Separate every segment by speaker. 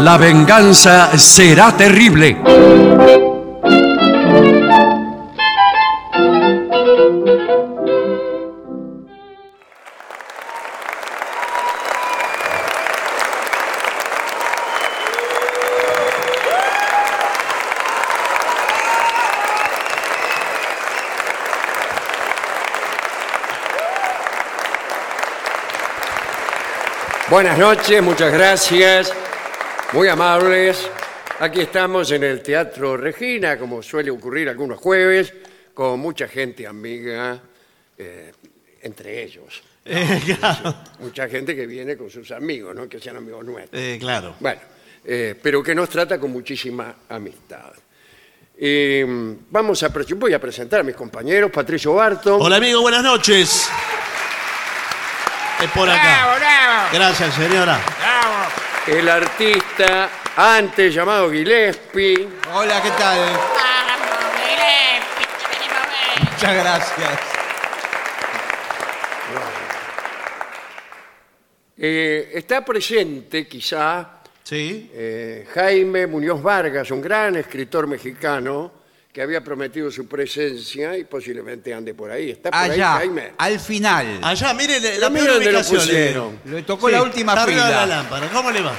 Speaker 1: La venganza será terrible.
Speaker 2: Buenas noches, muchas gracias, muy amables. Aquí estamos en el Teatro Regina, como suele ocurrir algunos jueves, con mucha gente amiga eh, entre ellos.
Speaker 3: Eh, claro.
Speaker 2: Mucha gente que viene con sus amigos, ¿no? que sean amigos nuestros.
Speaker 3: Eh, claro.
Speaker 2: Bueno, eh, pero que nos trata con muchísima amistad. Y, mm, vamos a, pre- voy a presentar a mis compañeros, Patricio Barto.
Speaker 3: Hola amigo, buenas noches. Es por acá. Gracias, señora.
Speaker 2: El artista antes llamado Gillespie.
Speaker 4: Hola, ¿qué tal? Muchas gracias.
Speaker 2: Eh, está presente quizá
Speaker 3: Sí.
Speaker 2: eh, Jaime Muñoz Vargas, un gran escritor mexicano que había prometido su presencia y posiblemente ande por ahí. ¿Está por ahí
Speaker 4: Allá,
Speaker 2: Jaime?
Speaker 4: al final.
Speaker 3: Allá, mire la,
Speaker 2: Pero
Speaker 3: la
Speaker 2: mire
Speaker 3: peor
Speaker 2: dónde lo
Speaker 3: ubicación,
Speaker 2: pusieron.
Speaker 3: eh.
Speaker 4: Le tocó
Speaker 3: Sí,
Speaker 4: la última
Speaker 3: está arriba de la
Speaker 4: fila.
Speaker 3: lámpara. ¿Cómo le va?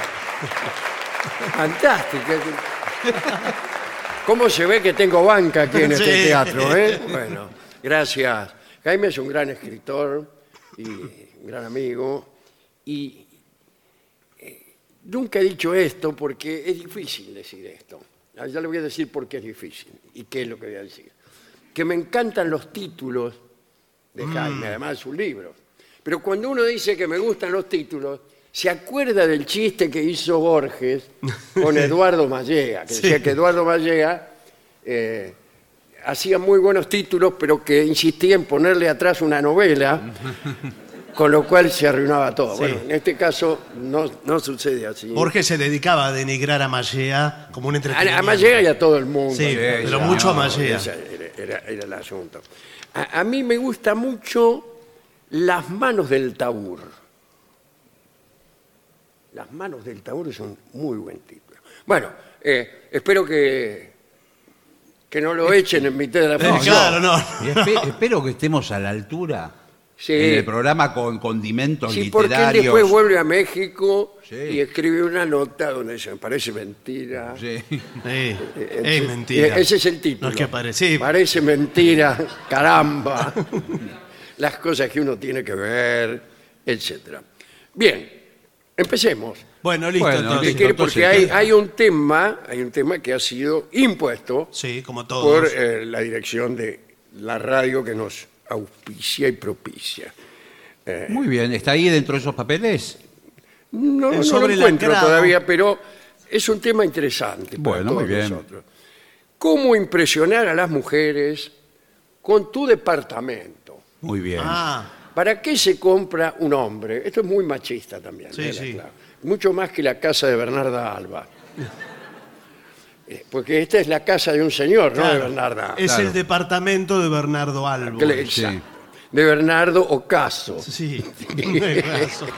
Speaker 2: Fantástico. ¿Cómo se ve que tengo banca aquí en este
Speaker 3: Sí.
Speaker 2: teatro? eh? Bueno, gracias. Jaime es un gran escritor y un gran amigo. Y eh, nunca he dicho esto porque es difícil decir esto. Ah, Ya le voy a decir por qué es difícil y qué es lo que voy a decir. Que me encantan los títulos de Jaime, además de sus libros. Pero cuando uno dice que me gustan los títulos, se acuerda del chiste que hizo Borges con Eduardo Mallea, que decía que Eduardo Mallea eh, hacía muy buenos títulos, pero que insistía en ponerle atrás una novela, con lo cual se arruinaba todo. Bueno, en este caso no, no sucede así.
Speaker 3: Jorge se dedicaba a denigrar a Mallea como un entretenimiento.
Speaker 2: A, a Mallea y a todo el mundo.
Speaker 3: Sí, pero
Speaker 2: ya,
Speaker 3: mucho a
Speaker 2: no,
Speaker 3: Mallea.
Speaker 2: ese Era, era- era el asunto. A, a mí me gusta mucho Las manos del Taur. Las manos del Taur es un muy buen título. Bueno, eh, espero que, que no lo echen en mitad de la
Speaker 3: Eh,
Speaker 2: función.
Speaker 3: claro, no.
Speaker 4: Y espe- espero que estemos a la altura
Speaker 2: Sí.
Speaker 4: en el programa con condimentos
Speaker 2: Sí, porque él
Speaker 4: literarios.
Speaker 2: después vuelve a México
Speaker 4: Sí.
Speaker 2: y escribe una nota donde dice, parece mentira.
Speaker 4: Sí.
Speaker 3: Sí,
Speaker 2: Eh,
Speaker 3: es
Speaker 2: sí,
Speaker 3: mentira.
Speaker 2: Ese es el título.
Speaker 3: No es que aparece. sí,
Speaker 2: Parece mentira, caramba. Las cosas que uno tiene que ver, etcétera. Bien, empecemos.
Speaker 3: Bueno, listo.
Speaker 4: Bueno,
Speaker 3: entonces.
Speaker 2: Si
Speaker 4: listo.
Speaker 2: quiere,
Speaker 4: entonces,
Speaker 2: porque hay,
Speaker 4: claro.
Speaker 2: hay un tema, hay un tema que ha sido impuesto
Speaker 3: Sí, como
Speaker 2: por
Speaker 3: todos.
Speaker 2: eh, la dirección de la radio que nos auspicia y propicia.
Speaker 4: Muy bien, ¿está ahí dentro de esos papeles?
Speaker 2: No,
Speaker 3: El
Speaker 2: no lo
Speaker 3: Eh, sobre el
Speaker 2: encuentro
Speaker 3: lacrado.
Speaker 2: todavía, pero es un tema interesante para
Speaker 4: Bueno,
Speaker 2: todos
Speaker 4: muy bien.
Speaker 2: nosotros. ¿Cómo impresionar a las mujeres con tu departamento?
Speaker 4: Muy bien.
Speaker 3: Ah,
Speaker 2: ¿Para qué se compra un hombre? Esto es muy machista también.
Speaker 3: Sí,
Speaker 2: ¿eh? La
Speaker 3: sí.
Speaker 2: clave. Mucho más que la casa de Bernarda Alba. Eh, Porque esta es la casa de un señor, no de
Speaker 3: claro.
Speaker 2: Bernarda. Alba.
Speaker 3: Es
Speaker 4: Claro.
Speaker 3: el departamento de Bernardo Albo.
Speaker 2: Que le-
Speaker 4: sí.
Speaker 2: exacto. De Bernardo Ocaso.
Speaker 3: Sí, tiene razón.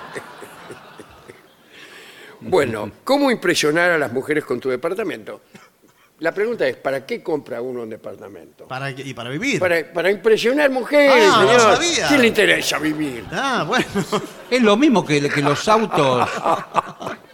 Speaker 2: Bueno, ¿cómo impresionar a las mujeres con tu departamento? La pregunta es, ¿para qué compra uno un departamento?
Speaker 3: Para, que- y para vivir.
Speaker 2: Para, para impresionar mujeres,
Speaker 3: Ah, no
Speaker 2: señor.
Speaker 3: sabía.
Speaker 2: ¿Qué le interesa vivir?
Speaker 3: Ah, bueno.
Speaker 4: Es lo mismo que, que los autos,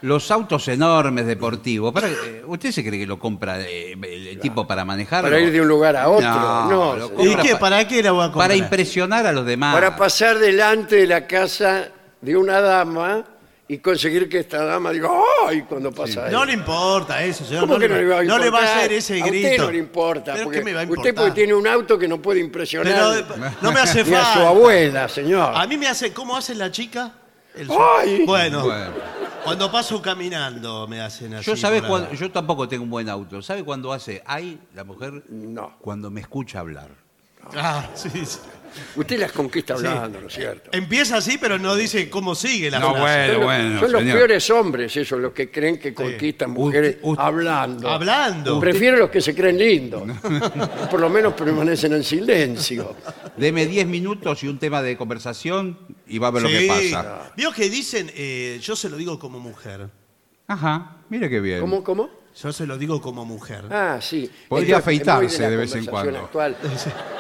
Speaker 4: los autos enormes deportivos. Para- eh, ¿Usted se cree que lo compra eh, el tipo para manejarlo?
Speaker 2: Para ir de un lugar a otro.
Speaker 4: No,
Speaker 2: No,
Speaker 4: lo
Speaker 2: señor.
Speaker 4: compra
Speaker 3: ¿Y qué? ¿Para qué la voy a comprar?
Speaker 4: Para impresionar a los demás.
Speaker 2: Para pasar delante de la casa de una dama y conseguir que esta dama diga, ¡ay! cuando pasa eso.
Speaker 3: No le importa eso, señor.
Speaker 2: ¿Cómo
Speaker 3: no,
Speaker 2: que
Speaker 3: le,
Speaker 2: no le va a
Speaker 3: no le va a
Speaker 2: importar?
Speaker 3: hacer ese grito.
Speaker 2: A usted no le importa.
Speaker 3: ¿Pero
Speaker 2: porque
Speaker 3: qué me va a
Speaker 2: Usted porque
Speaker 3: importar?
Speaker 2: tiene un auto que no puede impresionar
Speaker 3: Pero, eh, no me hace
Speaker 2: ni a su
Speaker 3: falta.
Speaker 2: abuela, señor.
Speaker 3: A mí me hace. ¿Cómo hace la chica? El-
Speaker 2: ¡Ay!
Speaker 3: Bueno,
Speaker 4: Bueno.
Speaker 3: cuando paso caminando me hacen así.
Speaker 4: Yo sabes
Speaker 3: por
Speaker 4: cuando,
Speaker 3: acá.
Speaker 4: yo tampoco tengo un buen auto. ¿Sabe cuándo hace? Ahí la mujer
Speaker 2: No.
Speaker 4: cuando me escucha hablar.
Speaker 3: Ah, sí, sí.
Speaker 2: Usted las conquista hablando, ¿no es cierto?
Speaker 3: Empieza así, pero no dice cómo sigue la
Speaker 4: No,
Speaker 3: frase.
Speaker 4: bueno.
Speaker 2: Son los- son los
Speaker 4: señor.
Speaker 2: peores hombres esos, los que creen que conquistan mujeres
Speaker 4: Usted- usted-
Speaker 2: hablando.
Speaker 3: Hablando.
Speaker 2: Prefiero los que se creen lindos. Por lo menos permanecen en silencio.
Speaker 4: Deme 10 minutos y un tema de conversación y va a ver lo
Speaker 3: Sí. Ah.
Speaker 4: que pasa.
Speaker 3: Vio que dicen, eh, yo se lo digo como mujer,
Speaker 4: Ajá, mire qué bien.
Speaker 2: ¿Cómo, cómo?
Speaker 3: Yo se lo digo como mujer.
Speaker 2: Ah, sí.
Speaker 5: Podría
Speaker 2: Esto es muy
Speaker 5: afeitarse
Speaker 2: la
Speaker 5: de vez en
Speaker 2: conversación
Speaker 5: cuando.
Speaker 2: actual.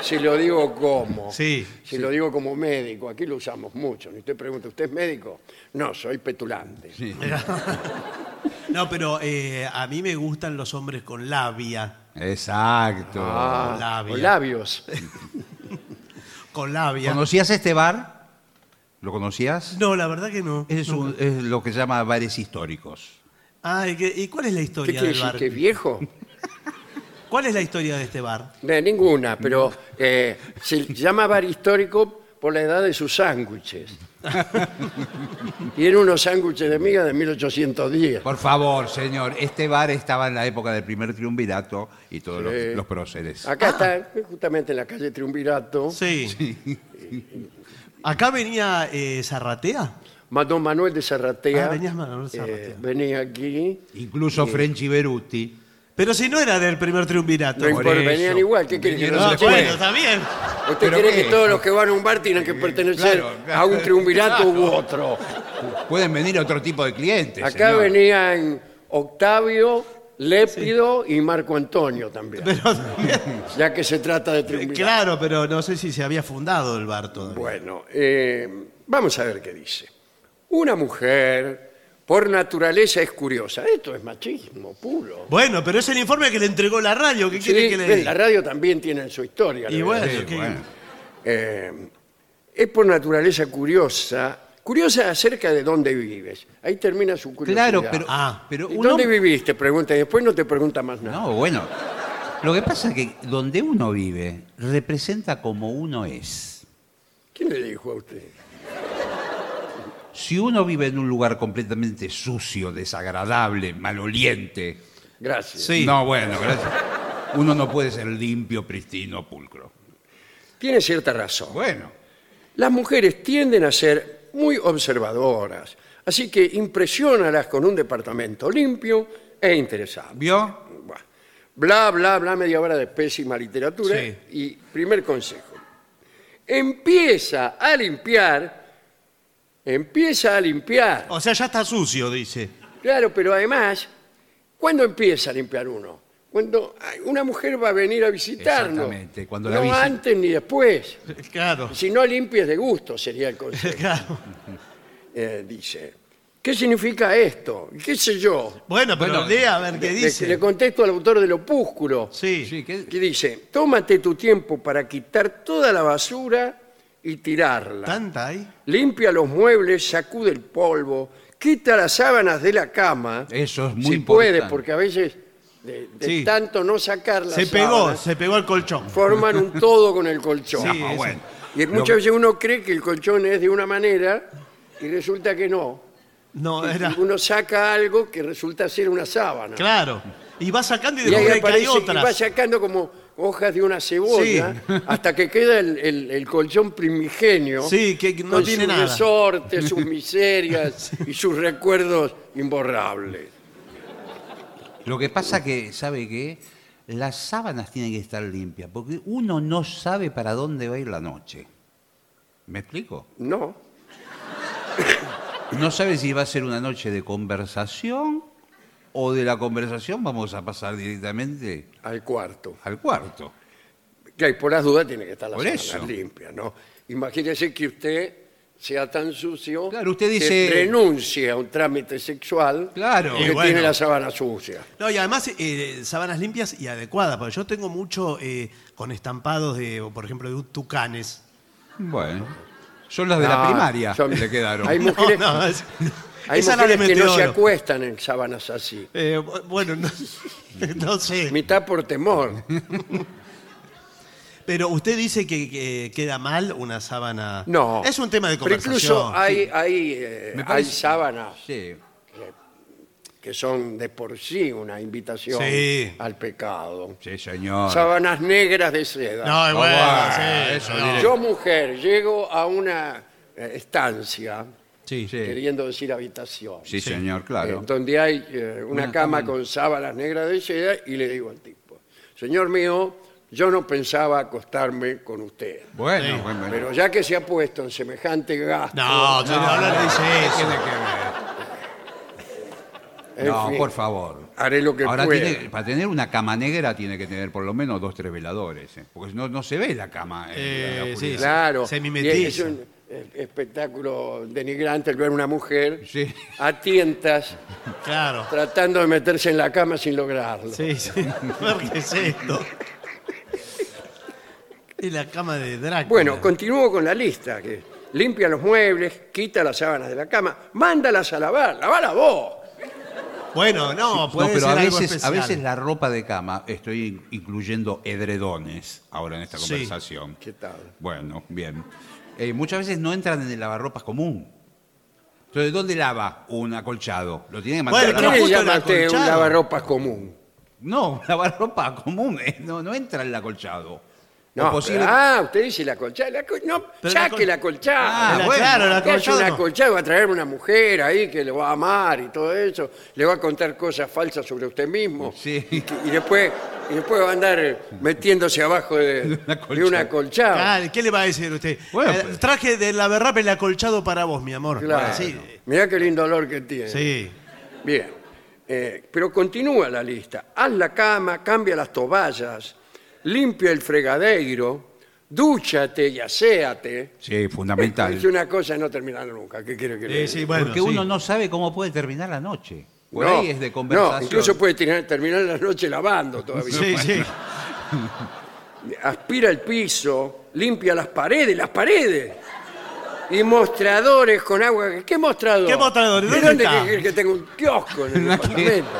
Speaker 2: Si lo digo como.
Speaker 3: Sí,
Speaker 2: Si lo digo como médico. Aquí lo usamos mucho. Y usted pregunta, ¿usted es médico? No, soy petulante.
Speaker 3: No, pero eh, a mí me gustan los hombres con labia.
Speaker 4: Exacto.
Speaker 2: Ah,
Speaker 3: labia.
Speaker 2: o labios.
Speaker 3: Con labia.
Speaker 4: ¿Conocías este bar? ¿Lo conocías?
Speaker 3: No, la verdad que no.
Speaker 4: Es, un- es lo que se llama bares históricos.
Speaker 3: Ah, ¿y, qué- y cuál es la
Speaker 2: ¿Qué
Speaker 3: historia
Speaker 2: quiere
Speaker 3: del
Speaker 2: decir?
Speaker 3: bar?
Speaker 2: ¿Que es viejo?
Speaker 3: ¿Cuál es la historia de este bar?
Speaker 2: Eh, ninguna, pero eh, se llama bar histórico por la edad de sus sándwiches. y eran unos sándwiches de miga de 1810.
Speaker 4: Por favor, señor, este bar estaba en la época del primer triunvirato y todos los,
Speaker 2: Sí.
Speaker 4: los próceres.
Speaker 2: Acá
Speaker 4: Ah.
Speaker 2: está, justamente en la calle Triunvirato,
Speaker 3: Sí. ¿Acá venía eh, Zarratea?
Speaker 2: Ma- don Manuel de Sarratea.
Speaker 3: Ah, venías Manuel de Sarratea.
Speaker 2: venía aquí.
Speaker 4: Incluso French Beruti.
Speaker 3: Pero si no era del primer triunvirato.
Speaker 2: No importa, venían igual. ¿Qué quiere que
Speaker 4: Vinieron
Speaker 2: no
Speaker 3: Ah,
Speaker 2: se
Speaker 4: después.
Speaker 2: puede?
Speaker 3: bueno, también.
Speaker 2: ¿Usted
Speaker 4: ¿Pero
Speaker 2: cree
Speaker 4: qué?
Speaker 2: que todos los que van a un bar tienen que pertenecer
Speaker 4: claro,
Speaker 2: a un triunvirato u otro?
Speaker 4: Pueden venir otro tipo de clientes.
Speaker 2: Acá
Speaker 4: señor.
Speaker 2: venían Octavio, Lépido y Marco Antonio también.
Speaker 3: Pero también-
Speaker 2: Ya que se trata de triunvirato.
Speaker 3: Claro, pero no sé si se había fundado el bar todavía.
Speaker 2: Bueno, eh, vamos a ver qué dice. Una mujer por naturaleza es curiosa. Esto es machismo puro.
Speaker 3: Bueno, pero es el informe que le entregó la radio. ¿Qué quiere
Speaker 2: Sí,
Speaker 3: que le
Speaker 2: ven, la
Speaker 3: diga?
Speaker 2: radio también tiene su historia.
Speaker 3: Y
Speaker 2: la
Speaker 3: bueno,
Speaker 2: verdad.
Speaker 4: Sí,
Speaker 3: ¿qué-
Speaker 4: bueno.
Speaker 2: Eh, es por naturaleza curiosa. Curiosa acerca de dónde vives. Ahí termina su curiosidad.
Speaker 4: Claro, pero,
Speaker 3: Ah.
Speaker 4: pero
Speaker 2: ¿Y
Speaker 4: un
Speaker 2: ¿Dónde
Speaker 4: hom-
Speaker 2: viviste? Pregunta. Y después no te pregunta más nada.
Speaker 4: No, bueno. Lo que pasa es que donde uno vive representa como uno es.
Speaker 2: ¿Quién le dijo a usted?
Speaker 4: Si uno vive en un lugar completamente sucio, desagradable, maloliente.
Speaker 2: Gracias.
Speaker 3: Sí.
Speaker 4: No, bueno, gracias. Uno no puede ser limpio, pristino, pulcro.
Speaker 2: Tiene cierta razón.
Speaker 4: Bueno.
Speaker 2: Las mujeres tienden a ser muy observadoras, así que impresionalas con un departamento limpio e interesante.
Speaker 4: ¿Vio?
Speaker 2: Buah. Bla, bla, bla, media hora de pésima literatura.
Speaker 3: Sí.
Speaker 2: Y primer consejo. Empieza a limpiar, empieza a limpiar.
Speaker 3: O sea, ya está sucio, dice.
Speaker 2: Claro, pero además, ¿cuándo empieza a limpiar uno? Cuando ay, una mujer va a venir a visitarnos.
Speaker 4: Exactamente, cuando la
Speaker 2: no
Speaker 4: visi-
Speaker 2: antes ni después.
Speaker 3: Claro,
Speaker 2: Si no limpies de gusto, sería el consejo.
Speaker 3: claro.
Speaker 2: eh, dice, ¿qué significa esto? ¿Qué sé yo?
Speaker 3: Bueno, pero
Speaker 4: Bueno,
Speaker 3: lea a ver qué
Speaker 2: Le-
Speaker 3: dice.
Speaker 2: Le, contesto al autor del opúsculo,
Speaker 3: sí.
Speaker 4: Sí, ¿qué-
Speaker 2: que dice, tómate tu tiempo para quitar toda la basura y tirarla.
Speaker 3: ¿Tanta ahí?
Speaker 2: Limpia los muebles, sacude el polvo, quita las sábanas de la cama.
Speaker 4: Eso es muy
Speaker 2: si
Speaker 4: importante.
Speaker 2: puede, porque a veces de, de
Speaker 3: Sí.
Speaker 2: tanto no sacarlas.
Speaker 3: Se pegó, se pegó al colchón.
Speaker 2: Forman un todo con el colchón.
Speaker 3: Sí,
Speaker 4: Ah,
Speaker 3: eso.
Speaker 4: bueno.
Speaker 2: Y muchas veces uno cree que el colchón es de una manera y resulta que no.
Speaker 3: No,
Speaker 2: Y
Speaker 3: era.
Speaker 2: uno saca algo que resulta ser una sábana.
Speaker 3: Claro. Y va sacando y
Speaker 2: Y ahí
Speaker 3: descubre que hay
Speaker 2: aparece- y va
Speaker 3: otras.
Speaker 2: sacando como hojas de una cebolla
Speaker 3: Sí.
Speaker 2: hasta que queda el, el- el colchón primigenio.
Speaker 3: Sí, que no
Speaker 2: con
Speaker 3: tiene
Speaker 2: sus
Speaker 3: nada.
Speaker 2: resortes, sus miserias y sus recuerdos imborrables.
Speaker 4: Lo que pasa que, ¿sabe qué? Las sábanas tienen que estar limpias, porque uno no sabe para dónde va a ir la noche. ¿Me explico?
Speaker 2: No.
Speaker 4: No sabe si va a ser una noche de conversación o de la conversación vamos a pasar directamente
Speaker 2: Al cuarto.
Speaker 4: al cuarto.
Speaker 2: Claro, y por las dudas tiene que estar las
Speaker 4: Por
Speaker 2: sábanas
Speaker 4: eso.
Speaker 2: limpias, ¿no? Imagínese que usted sea tan sucio
Speaker 4: Claro, usted dice-
Speaker 2: que renuncie a un trámite sexual
Speaker 4: Claro.
Speaker 2: que
Speaker 3: Y bueno.
Speaker 2: tiene la sábana sucia.
Speaker 3: No, y además eh, sábanas limpias y adecuadas, porque yo tengo mucho eh, con estampados de, o por ejemplo, de un tucanes.
Speaker 4: Bueno, son las de la
Speaker 2: Ah,
Speaker 4: primaria
Speaker 2: son-
Speaker 4: le quedaron.
Speaker 2: Hay mujeres,
Speaker 3: No, no, es-
Speaker 2: hay
Speaker 3: esa es la de
Speaker 2: mujeres que no se
Speaker 3: Meteoro.
Speaker 2: acuestan en sábanas así.
Speaker 3: Eh, bueno, no, no sé.
Speaker 2: Mitad por temor.
Speaker 3: Pero usted dice que, que queda mal una sábana.
Speaker 2: No.
Speaker 3: Es un tema de
Speaker 2: Pero
Speaker 3: conversación.
Speaker 2: incluso hay,
Speaker 3: sí.
Speaker 2: hay, eh,
Speaker 4: Me
Speaker 2: hay
Speaker 4: parece-
Speaker 2: sábanas
Speaker 4: Sí.
Speaker 2: que son de por sí una invitación
Speaker 3: Sí.
Speaker 2: al pecado.
Speaker 4: Sí, señor.
Speaker 2: Sábanas negras de seda.
Speaker 3: No, bueno,
Speaker 4: Ah, bueno,
Speaker 3: sí,
Speaker 4: eso
Speaker 3: no.
Speaker 4: diré.
Speaker 2: Yo, mujer, llego a una eh, estancia,
Speaker 4: Sí, sí.
Speaker 2: queriendo decir habitación,
Speaker 4: Sí, señor, claro.
Speaker 2: eh, donde hay eh, una,
Speaker 4: Una
Speaker 2: cama
Speaker 4: cama.
Speaker 2: con sábanas negras de seda, y le digo al tipo, señor mío, yo no pensaba acostarme con usted.
Speaker 4: bueno,
Speaker 3: Sí.
Speaker 4: bueno, bueno.
Speaker 2: Pero ya que se ha puesto en semejante gasto,
Speaker 3: No, no, no, no, le dice eso.
Speaker 4: Tiene que ver.
Speaker 2: En
Speaker 4: no,
Speaker 2: fin,
Speaker 4: por favor.
Speaker 2: Haré lo que
Speaker 4: Ahora
Speaker 2: pueda.
Speaker 4: tiene- para tener una cama negra tiene que tener por lo menos dos, tres veladores. eh, Porque no, no se ve la cama. en
Speaker 3: Eh,
Speaker 4: la
Speaker 3: sí,
Speaker 4: oscuridad.
Speaker 2: Claro.
Speaker 3: Se
Speaker 2: y Es
Speaker 3: mimetiza.
Speaker 2: un eh, espectáculo denigrante el ver una mujer
Speaker 4: Sí.
Speaker 2: a tientas
Speaker 3: Claro.
Speaker 2: tratando de meterse en la cama sin lograrlo.
Speaker 3: Sí, sí. Ver ¿Qué es esto? Es la cama de Drácula.
Speaker 2: Bueno, continúo con la lista. Que limpia los muebles, quita las sábanas de la cama, mándalas a lavar, lavala vos.
Speaker 3: Bueno, no,
Speaker 4: No,
Speaker 3: puede
Speaker 4: pero a
Speaker 3: ser algo
Speaker 4: veces, a
Speaker 3: especial.
Speaker 4: veces la ropa de cama, estoy in- incluyendo edredones ahora en esta
Speaker 3: Sí.
Speaker 4: conversación.
Speaker 2: ¿Qué tal?
Speaker 4: Bueno, bien. Eh, muchas veces no entran en el lavarropas común. Entonces, ¿dónde lava un acolchado? Lo tiene que mandar
Speaker 3: Bueno,
Speaker 4: a
Speaker 2: ¿Qué
Speaker 4: la-
Speaker 3: pero
Speaker 2: le
Speaker 3: justo en la
Speaker 2: llama usted un
Speaker 3: colchada.
Speaker 2: lavarropas común?
Speaker 4: No, lavarropa común eh, no, no entra en el acolchado. Lo
Speaker 2: No,
Speaker 4: posible-
Speaker 2: pero- ah, usted dice la colchada. La col- no,
Speaker 3: Pero la
Speaker 2: saque
Speaker 3: col-
Speaker 2: la colchada.
Speaker 4: Ah,
Speaker 3: La-
Speaker 4: bueno,
Speaker 3: claro, la
Speaker 2: ¿Qué hace
Speaker 3: colchada
Speaker 2: una
Speaker 3: no.
Speaker 2: colchada? Va a traer una mujer ahí que lo va a amar y todo eso. Le va a contar cosas falsas sobre usted mismo.
Speaker 4: Sí.
Speaker 2: Y después, y después va a andar metiéndose abajo de,
Speaker 4: De
Speaker 2: de
Speaker 4: una
Speaker 2: una
Speaker 4: colchada.
Speaker 2: colchada.
Speaker 3: Claro, ¿Qué le va a decir usted?
Speaker 4: Bueno,
Speaker 3: Eh,
Speaker 4: pues.
Speaker 3: Traje de la berrapa el acolchado para vos, mi amor.
Speaker 2: Claro.
Speaker 3: Bueno, sí.
Speaker 2: Mirá qué lindo olor que tiene.
Speaker 3: Sí.
Speaker 2: Bien. Eh, pero continúa la lista. Haz la cama, cambia las toallas, limpia el fregadeiro, dúchate y aséate.
Speaker 4: Sí,
Speaker 2: Es
Speaker 4: fundamental.
Speaker 2: que una cosa no termina nunca. ¿Qué quiere que le
Speaker 3: Eh,
Speaker 2: diga?
Speaker 3: sí, bueno,
Speaker 4: Porque
Speaker 3: sí.
Speaker 4: uno no sabe cómo puede terminar la noche. Por
Speaker 2: No,
Speaker 4: ahí es de
Speaker 2: No,
Speaker 4: conversación.
Speaker 2: incluso puede tener- terminar la noche lavando todavía.
Speaker 3: Sí, sí.
Speaker 2: Aspira el piso, limpia las paredes, las paredes. Y mostradores con agua. ¿Qué mostrador?
Speaker 3: ¿Qué mostradores?
Speaker 2: ¿De dónde
Speaker 3: ¿Dónde está?
Speaker 2: que- que, que tengo un kiosco en el
Speaker 4: Una
Speaker 2: departamento?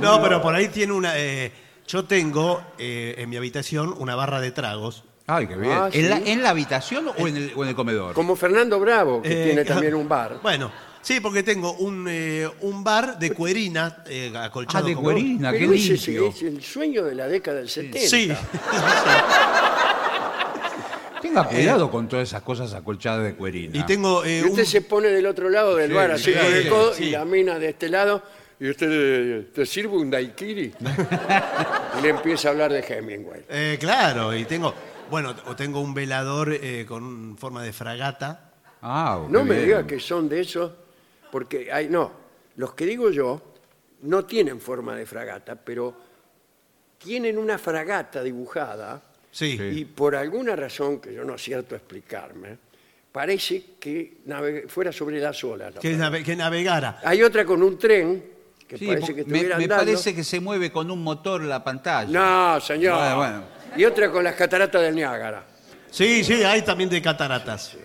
Speaker 3: No, pero por ahí tiene una. eh, yo tengo eh, en mi habitación una barra de tragos.
Speaker 4: Ay, qué bien.
Speaker 2: Ah, sí.
Speaker 4: ¿En, la, en la habitación o en el, o en el comedor?
Speaker 2: Como Fernando Bravo, que
Speaker 3: Eh,
Speaker 2: tiene
Speaker 3: ca-
Speaker 2: también un bar.
Speaker 3: Bueno, sí, porque tengo un, eh, un bar de cuerina eh, acolchado.
Speaker 4: Ah, de
Speaker 3: con-
Speaker 4: cuerina, qué
Speaker 2: Pero ese es,
Speaker 4: limpio.
Speaker 2: es el sueño de la década del 70.
Speaker 3: Sí.
Speaker 2: Eh,
Speaker 4: Tenga cuidado con todas esas cosas acolchadas de cuerina.
Speaker 3: Y tengo eh,
Speaker 2: Y
Speaker 3: un.
Speaker 2: usted Este se pone del otro lado del
Speaker 4: Sí,
Speaker 2: bar, así
Speaker 4: sí,
Speaker 2: con el
Speaker 4: sí,
Speaker 2: codo,
Speaker 3: sí.
Speaker 2: y la mina de este lado, y usted eh, te sirve un daiquiri. y le empieza a hablar de Hemingway.
Speaker 3: eh, claro, y tengo. Bueno, o tengo un velador eh, con forma de fragata.
Speaker 4: Ah, qué
Speaker 2: No me
Speaker 4: bien.
Speaker 2: diga que son de esos, porque hay, no, los que digo yo no tienen forma de fragata, pero tienen una fragata dibujada
Speaker 3: Sí.
Speaker 4: Sí.
Speaker 2: y por alguna razón que yo no acierto a explicarme, parece que nave- fuera sobre las olas. la
Speaker 3: Que, nave- que navegara.
Speaker 2: Hay otra con un tren que
Speaker 4: Sí,
Speaker 2: parece que
Speaker 4: porque me,
Speaker 2: estuviera
Speaker 4: me
Speaker 2: andando.
Speaker 4: parece que se mueve con un motor la pantalla.
Speaker 2: No, señor.
Speaker 4: Bueno, bueno.
Speaker 2: Y otra con las cataratas del Niágara.
Speaker 3: Sí, sí, hay también de cataratas.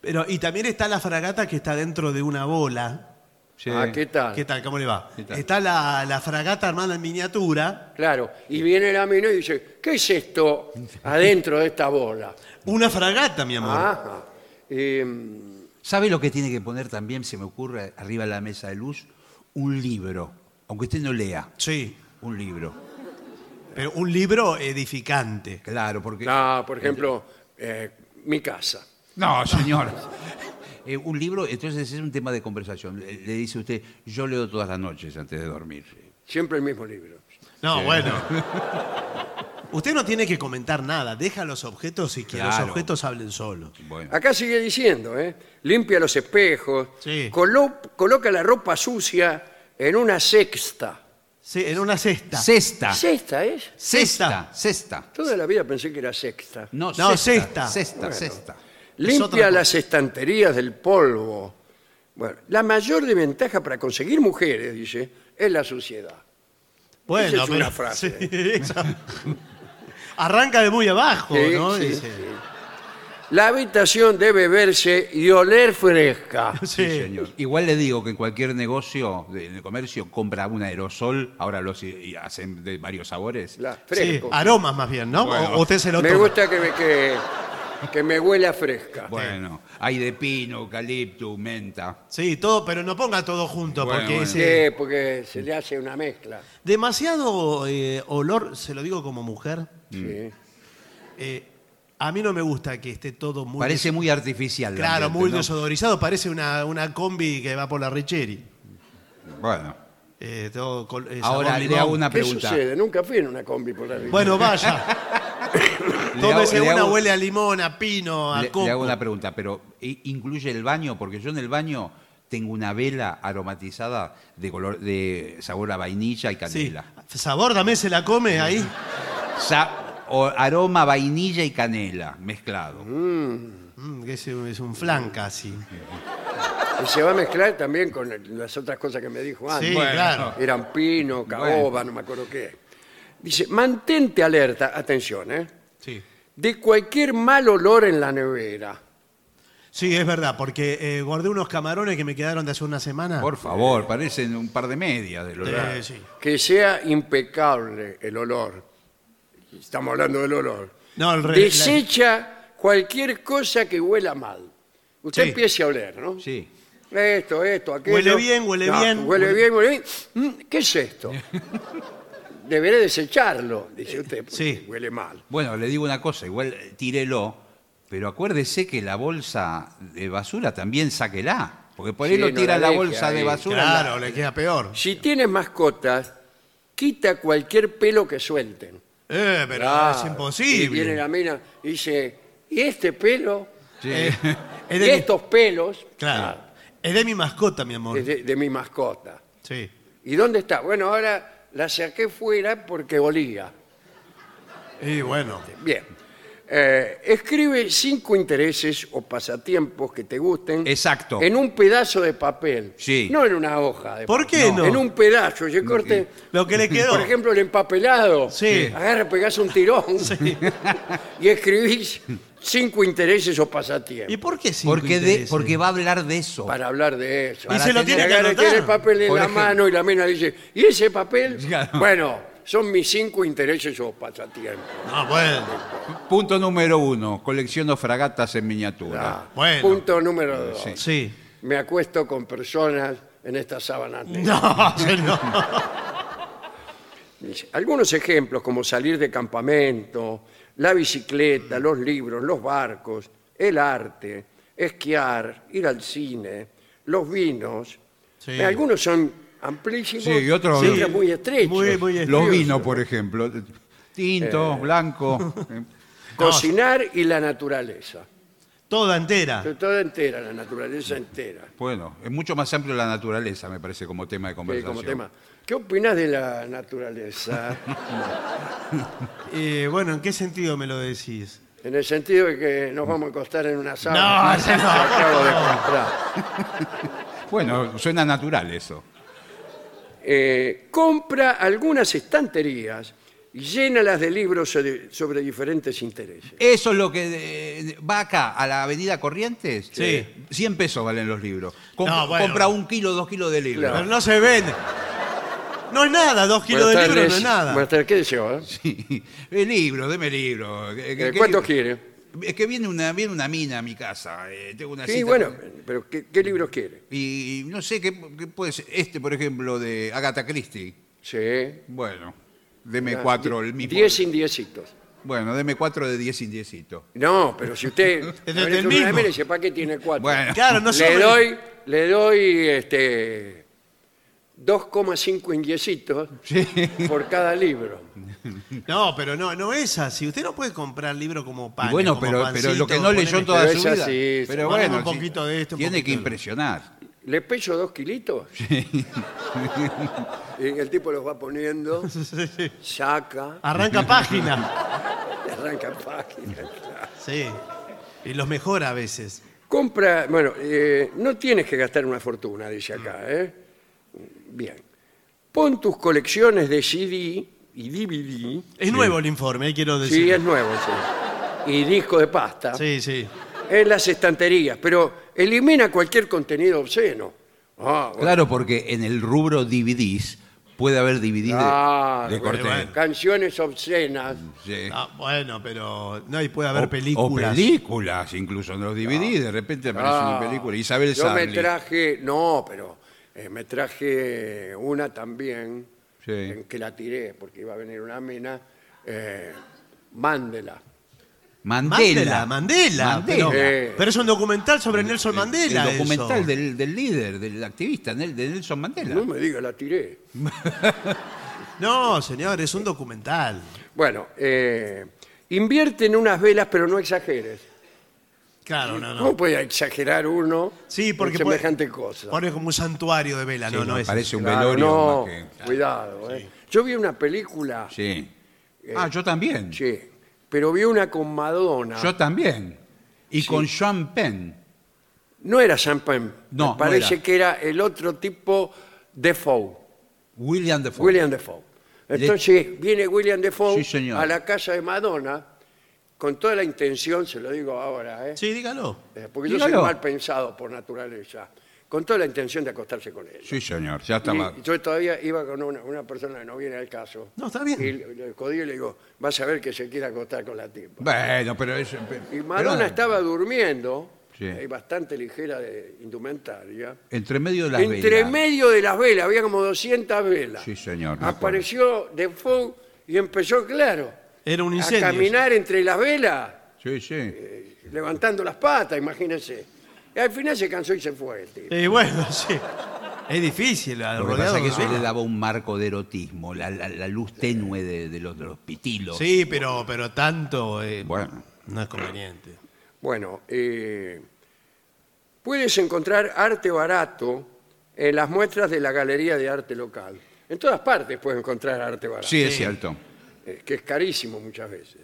Speaker 3: Pero, y también está la fragata que está dentro de una bola.
Speaker 4: Sí.
Speaker 2: Ah, ¿qué tal?
Speaker 3: ¿Qué tal? ¿Cómo le va?
Speaker 4: ¿Qué tal?
Speaker 3: Está la, la fragata armada en miniatura.
Speaker 2: Claro. Y viene la mina y dice, ¿qué es esto adentro de esta bola?
Speaker 3: Una fragata, mi amor.
Speaker 4: Ah.
Speaker 2: Ajá. Em,
Speaker 4: ¿Sabe lo que tiene que poner también, se me ocurre, arriba de la mesa de luz? Un libro. Aunque usted no lea,
Speaker 3: Sí.
Speaker 4: un libro.
Speaker 3: Pero un libro edificante.
Speaker 4: Claro, porque...
Speaker 2: no, por ejemplo, eh, mi casa.
Speaker 4: No, señor. Eh, un libro, entonces es un tema de conversación. Le, le dice usted, yo leo todas las noches antes de dormir.
Speaker 2: Siempre el mismo libro.
Speaker 3: No, bueno. Usted no tiene que comentar nada. Deja los objetos y que los
Speaker 4: Claro.
Speaker 3: objetos hablen solos.
Speaker 4: Bueno.
Speaker 2: Acá sigue diciendo, ¿eh? Limpia los espejos,
Speaker 3: Sí.
Speaker 2: colo- coloca la ropa sucia en una sexta.
Speaker 3: Sí, en una cesta.
Speaker 4: Cesta.
Speaker 2: ¿Sexta es?
Speaker 4: Cesta. Cesta.
Speaker 2: Toda la vida pensé que era sexta.
Speaker 4: No,
Speaker 3: No, cesta.
Speaker 4: cesta. Cesta,
Speaker 2: Bueno.
Speaker 4: cesta.
Speaker 3: otra
Speaker 2: Limpia
Speaker 3: cosa.
Speaker 2: las estanterías del polvo. Bueno, la mayor desventaja para conseguir mujeres, dice, es la suciedad.
Speaker 3: bueno,
Speaker 2: Esa es
Speaker 3: pero-
Speaker 2: una frase.
Speaker 3: Sí, esa- Arranca de muy abajo,
Speaker 2: Sí,
Speaker 3: Oh, ¿no?
Speaker 2: sí,
Speaker 3: Dice.
Speaker 2: sí. La habitación debe verse y oler fresca.
Speaker 4: Sí,
Speaker 3: Sí.
Speaker 4: señor. Igual le digo que en cualquier negocio, de, en el comercio, compra un aerosol, ahora los y- y hacen de varios sabores.
Speaker 2: La-
Speaker 3: Sí,
Speaker 2: fresco.
Speaker 3: aromas más bien, ¿no?
Speaker 4: Bueno.
Speaker 3: O usted se lo
Speaker 2: me
Speaker 3: toma.
Speaker 2: gusta que me, que, que me huela fresca.
Speaker 4: Bueno, hay de pino, eucalipto, menta.
Speaker 3: Sí, todo, pero no ponga todo junto
Speaker 4: Bueno,
Speaker 3: porque
Speaker 4: bueno.
Speaker 3: es,
Speaker 2: Sí,
Speaker 3: eh,
Speaker 2: porque se le hace una mezcla.
Speaker 3: demasiado eh, olor, se lo digo como mujer.
Speaker 2: Sí.
Speaker 3: eh, a mí no me gusta que esté todo muy
Speaker 4: Parece muy artificial. el
Speaker 3: Claro,
Speaker 4: ambiente,
Speaker 3: muy
Speaker 4: ¿no?
Speaker 3: desodorizado, parece una, una combi que va por la Richeri.
Speaker 4: Bueno,
Speaker 3: Eh, todo col- eh, sabor
Speaker 4: ahora le
Speaker 3: limón.
Speaker 4: hago una
Speaker 2: ¿Qué
Speaker 4: pregunta.
Speaker 2: sucede? Nunca fui en una combi por la vida.
Speaker 3: Bueno, vaya.
Speaker 4: Le
Speaker 3: Tómese
Speaker 4: hago- le
Speaker 3: una,
Speaker 4: hago-
Speaker 3: huele a limón, a pino, a
Speaker 4: Le, le
Speaker 3: coco.
Speaker 4: hago una pregunta, pero ¿i- ¿incluye el baño? Porque yo en el baño tengo una vela aromatizada de color de sabor a vainilla y
Speaker 3: Sí.
Speaker 4: canela.
Speaker 3: Sabor, dame, se la come ahí.
Speaker 4: Sa- o aroma vainilla y canela mezclado.
Speaker 3: Mm, que es, un- es un flan casi.
Speaker 2: Y se va a mezclar también con las otras cosas que me dijo antes.
Speaker 3: Sí, claro.
Speaker 2: Eran pino, caoba, no me acuerdo qué. Dice, mantente alerta, atención, ¿eh?
Speaker 3: Sí.
Speaker 2: De cualquier mal olor en la nevera.
Speaker 3: Sí, es verdad, porque eh, guardé unos camarones que me quedaron de hace una semana.
Speaker 4: Por favor, parecen un par de medias de lo
Speaker 3: Eh, sí.
Speaker 2: Que sea impecable el olor. Estamos hablando del olor.
Speaker 3: No, el re-
Speaker 2: Desecha cualquier cosa que huela mal. Usted
Speaker 3: Sí.
Speaker 2: empiece a oler, ¿no?
Speaker 4: Sí.
Speaker 2: Esto, esto, aquello.
Speaker 3: Huele bien, huele bien.
Speaker 2: Huele bien, huele bien. Mm, ¿Qué es esto? Deberé desecharlo, dice usted. porque
Speaker 3: Eh, Sí.
Speaker 2: Huele mal.
Speaker 4: Bueno, le digo una cosa, igual eh, tírelo, pero acuérdese que la bolsa de basura también sáquela, porque por ahí
Speaker 2: Sí,
Speaker 4: lo
Speaker 2: no
Speaker 4: tira
Speaker 2: la
Speaker 4: la,
Speaker 2: deje
Speaker 4: bolsa de
Speaker 2: ahí.
Speaker 4: basura. en la-
Speaker 3: Claro, le queda peor.
Speaker 2: Si tienes mascotas, quita cualquier pelo que suelten.
Speaker 3: Eh, pero
Speaker 2: Claro.
Speaker 3: es
Speaker 2: Y viene la
Speaker 3: imposible.
Speaker 2: mina y dice, ¿y este pelo?
Speaker 4: Sí.
Speaker 3: Eh, es
Speaker 2: ¿Y
Speaker 3: de mi-
Speaker 2: estos pelos?
Speaker 3: claro. Es de mi mascota, mi amor.
Speaker 2: Es de, de mi mascota.
Speaker 3: Sí.
Speaker 2: ¿Y dónde está? Bueno, ahora la saqué fuera porque olía.
Speaker 3: Y bueno.
Speaker 2: Bien. Eh, escribe cinco intereses o pasatiempos que te gusten.
Speaker 4: Exacto.
Speaker 2: En un pedazo de papel.
Speaker 4: Sí.
Speaker 2: No en una hoja. de
Speaker 3: ¿Por
Speaker 2: papel.
Speaker 3: qué no?
Speaker 2: En un pedazo. Yo corte,
Speaker 3: Lo que le quedó.
Speaker 2: por ejemplo, el empapelado.
Speaker 3: Sí.
Speaker 2: Agarra, pegás un tirón y escribís cinco intereses o pasatiempos.
Speaker 3: ¿Y por qué cinco
Speaker 4: porque, de-
Speaker 3: intereses?
Speaker 4: porque va a hablar de eso.
Speaker 2: Para hablar de eso.
Speaker 3: Y
Speaker 2: Para
Speaker 3: se lo tiene que
Speaker 2: agarra,
Speaker 3: anotar.
Speaker 2: tiene el papel en
Speaker 4: Por
Speaker 2: la
Speaker 4: ejemplo.
Speaker 2: mano y la mina dice, ¿y ese papel?
Speaker 4: Claro.
Speaker 2: Bueno, son mis cinco intereses o pasatiempos.
Speaker 3: No, bueno.
Speaker 4: Punto número uno, colecciono fragatas en miniatura.
Speaker 3: Ah, Bueno.
Speaker 2: Punto número dos.
Speaker 4: Sí.
Speaker 3: Sí.
Speaker 2: Me acuesto con personas en estas sábanas. negras.
Speaker 3: No, no.
Speaker 2: Dice, Algunos ejemplos como salir de campamento, la bicicleta, los libros, los barcos, el arte, esquiar, ir al cine, los vinos. Eh,
Speaker 3: Sí.
Speaker 2: Algunos son amplísimos
Speaker 4: Sí, y otros-
Speaker 2: y otros
Speaker 4: Sí.
Speaker 2: muy estrechos.
Speaker 3: Muy, muy
Speaker 4: Los
Speaker 3: estrechos.
Speaker 4: Los vinos, por ejemplo. eh, Tinto,
Speaker 2: Eh.
Speaker 4: blanco. eh,
Speaker 2: Cocinar y la naturaleza.
Speaker 3: Toda entera.
Speaker 2: Toda entera, la naturaleza entera.
Speaker 4: Bueno, es mucho más amplio la naturaleza, me parece, como tema de
Speaker 2: que
Speaker 4: conversación.
Speaker 2: como tema. ¿Qué opinas de la naturaleza?
Speaker 3: Eh, bueno, ¿en qué sentido me lo decís?
Speaker 2: en el sentido de que nos vamos a acostar en una
Speaker 3: No,
Speaker 2: sala.
Speaker 3: ese no.
Speaker 2: acabo de comprar.
Speaker 4: Bueno, suena natural eso.
Speaker 2: Eh, compra algunas estanterías y llénalas de libros sobre, sobre diferentes intereses.
Speaker 4: Eso es lo que eh, va acá, a la Avenida Corrientes.
Speaker 3: Sí.
Speaker 4: 100 pesos valen los libros. Com-
Speaker 3: No, bueno.
Speaker 4: Compra un kilo, dos kilos de libros.
Speaker 2: Claro.
Speaker 3: Pero no se vende. No es nada, dos kilos de
Speaker 2: Buenas
Speaker 3: libro no
Speaker 2: tardes.
Speaker 3: es nada.
Speaker 2: Buenas tardes, ¿qué deseo? eh?
Speaker 4: Sí. El libro, deme libro. Eh,
Speaker 2: Eh,
Speaker 4: ¿qué
Speaker 2: ¿Cuántos
Speaker 4: libro?
Speaker 2: quiere?
Speaker 4: Es que viene una, viene una mina a mi casa. eh, tengo una
Speaker 2: Sí,
Speaker 4: cita
Speaker 2: bueno,
Speaker 4: con-
Speaker 2: pero ¿qué, qué libros quiere?
Speaker 4: Y, y no sé qué, qué puede ser. Este, por ejemplo, de Agatha Christie.
Speaker 2: Sí.
Speaker 4: Bueno, deme cuatro, el mismo.
Speaker 2: Ah, Diez indiecitos.
Speaker 4: Bueno, deme cuatro de diez indiecitos.
Speaker 2: No, pero si usted...
Speaker 3: Es
Speaker 2: a ver,
Speaker 3: del
Speaker 2: es una
Speaker 3: mismo.
Speaker 2: de Mérez, ¿para qué tiene cuatro?
Speaker 4: Bueno,
Speaker 3: Claro, no se
Speaker 2: le doy, le doy este, 2,5 indiecitos por cada libro.
Speaker 3: No, pero no, no es así. Usted no puede comprar libro como pan.
Speaker 4: Y bueno, pero, pero lo que no leyó en toda
Speaker 2: Pero
Speaker 4: su
Speaker 2: es
Speaker 4: vida.
Speaker 2: así, sí.
Speaker 4: pero
Speaker 3: Poneme
Speaker 4: bueno,
Speaker 3: un
Speaker 4: sí,
Speaker 3: poquito de esto, un
Speaker 4: tiene que
Speaker 3: poquito de lo-
Speaker 4: impresionar.
Speaker 2: ¿Le pecho dos kilitos? Y el tipo los va poniendo, saca,
Speaker 3: Arranca página.
Speaker 2: arranca páginas.
Speaker 3: Sí. Y los mejora a veces.
Speaker 2: Compra, bueno, eh, no tienes que gastar una fortuna, dice acá, ¿eh? Bien. Pon tus colecciones de CD y DVD.
Speaker 3: Es nuevo el informe, eh, quiero
Speaker 2: Sí, es
Speaker 3: decir.
Speaker 2: nuevo, sí. Y disco de pasta.
Speaker 3: Sí, sí.
Speaker 2: en las estanterías, pero elimina cualquier contenido obsceno. Ah, bueno.
Speaker 4: Claro, porque en el rubro DVDs puede haber DVDs de-
Speaker 2: Ah,
Speaker 4: de,
Speaker 2: bueno,
Speaker 4: corte.
Speaker 3: bueno.
Speaker 2: Canciones obscenas.
Speaker 4: Sí.
Speaker 3: Ah, bueno, pero no, y puede
Speaker 4: O-
Speaker 3: haber películas.
Speaker 4: O películas, incluso en los DVDs, de repente aparece
Speaker 2: Ah,
Speaker 4: una película. Isabel
Speaker 2: Yo me
Speaker 4: Sarli.
Speaker 2: traje, no, pero eh, me traje una también,
Speaker 4: Sí.
Speaker 2: en que la tiré porque iba a venir una mina, eh, Mándela.
Speaker 3: Mandela,
Speaker 4: Mandela.
Speaker 3: Mandela.
Speaker 4: Mandela.
Speaker 3: Pero,
Speaker 2: Eh.
Speaker 3: pero es un documental sobre Nelson Mandela.
Speaker 4: el documental
Speaker 3: eso.
Speaker 4: del, del líder, del activista, Nel- de Nelson Mandela.
Speaker 2: No me diga, la tiré.
Speaker 3: No, señor, es un documental.
Speaker 2: Bueno, eh, invierte en unas velas, pero no exageres.
Speaker 3: Claro, no,
Speaker 2: ¿Cómo
Speaker 3: no.
Speaker 2: puede exagerar uno
Speaker 3: Sí, porque
Speaker 2: con
Speaker 3: puede-
Speaker 2: semejante cosa?
Speaker 3: Pone como un santuario de vela,
Speaker 4: Sí,
Speaker 3: no, no
Speaker 4: me
Speaker 3: es.
Speaker 4: parece un
Speaker 2: Claro,
Speaker 4: velorio
Speaker 2: no,
Speaker 4: más que-
Speaker 2: cuidado. eh. Yo vi una película, sí.
Speaker 4: Sí.
Speaker 2: Eh,
Speaker 4: Ah, yo también.
Speaker 2: pero vi una con Madonna.
Speaker 4: Yo también. Y con Sean Penn.
Speaker 2: No era Champagne.
Speaker 4: No, no
Speaker 2: parece
Speaker 4: era.
Speaker 2: que era el otro tipo Defoe.
Speaker 4: William Defoe.
Speaker 2: William Defoe. Entonces viene William Defoe
Speaker 4: Sí, señor.
Speaker 2: a la casa de Madonna con toda la intención, se lo digo ahora, ¿eh?
Speaker 3: Sí, dígalo.
Speaker 2: Eh, porque yo
Speaker 4: Dígalo.
Speaker 2: soy mal pensado por naturaleza, con toda la intención de acostarse con ella.
Speaker 4: Sí, señor. Ya
Speaker 2: Y
Speaker 4: estaba.
Speaker 2: yo todavía iba con una, una persona que no viene al caso.
Speaker 3: No, está bien.
Speaker 2: Y le, le jodí y le digo, vas a ver que se quiere acostar con la tipa.
Speaker 4: Bueno, pero es.
Speaker 2: Y Madonna estaba durmiendo,
Speaker 4: Sí.
Speaker 2: eh, bastante ligera de indumentaria.
Speaker 4: Entre medio de las
Speaker 2: Entre
Speaker 4: velas.
Speaker 2: medio de las velas, había como 200 velas.
Speaker 4: Sí, señor, me
Speaker 2: Apareció Defoe y empezó, claro,
Speaker 3: Era un
Speaker 2: a
Speaker 3: incendio.
Speaker 2: caminar entre las velas,
Speaker 4: Sí, sí.
Speaker 2: levantando las patas, imagínense. Y al final se cansó y se fue. el tipo.
Speaker 3: Eh, bueno, sí. Es difícil, al
Speaker 4: Lo que
Speaker 3: rodeado
Speaker 4: pasa es que
Speaker 3: de
Speaker 4: eso le
Speaker 3: vela.
Speaker 4: daba un marco de erotismo, la, la- la luz tenue de, de los, de los pitilos.
Speaker 3: Sí, pero, pero tanto eh,
Speaker 4: Bueno.
Speaker 3: no es conveniente.
Speaker 2: Bueno, eh, puedes encontrar arte barato en las muestras de la Galería de Arte Local. En todas partes puedes encontrar arte barato,
Speaker 4: Sí, es
Speaker 3: Sí.
Speaker 4: cierto.
Speaker 2: eh, que es carísimo muchas veces.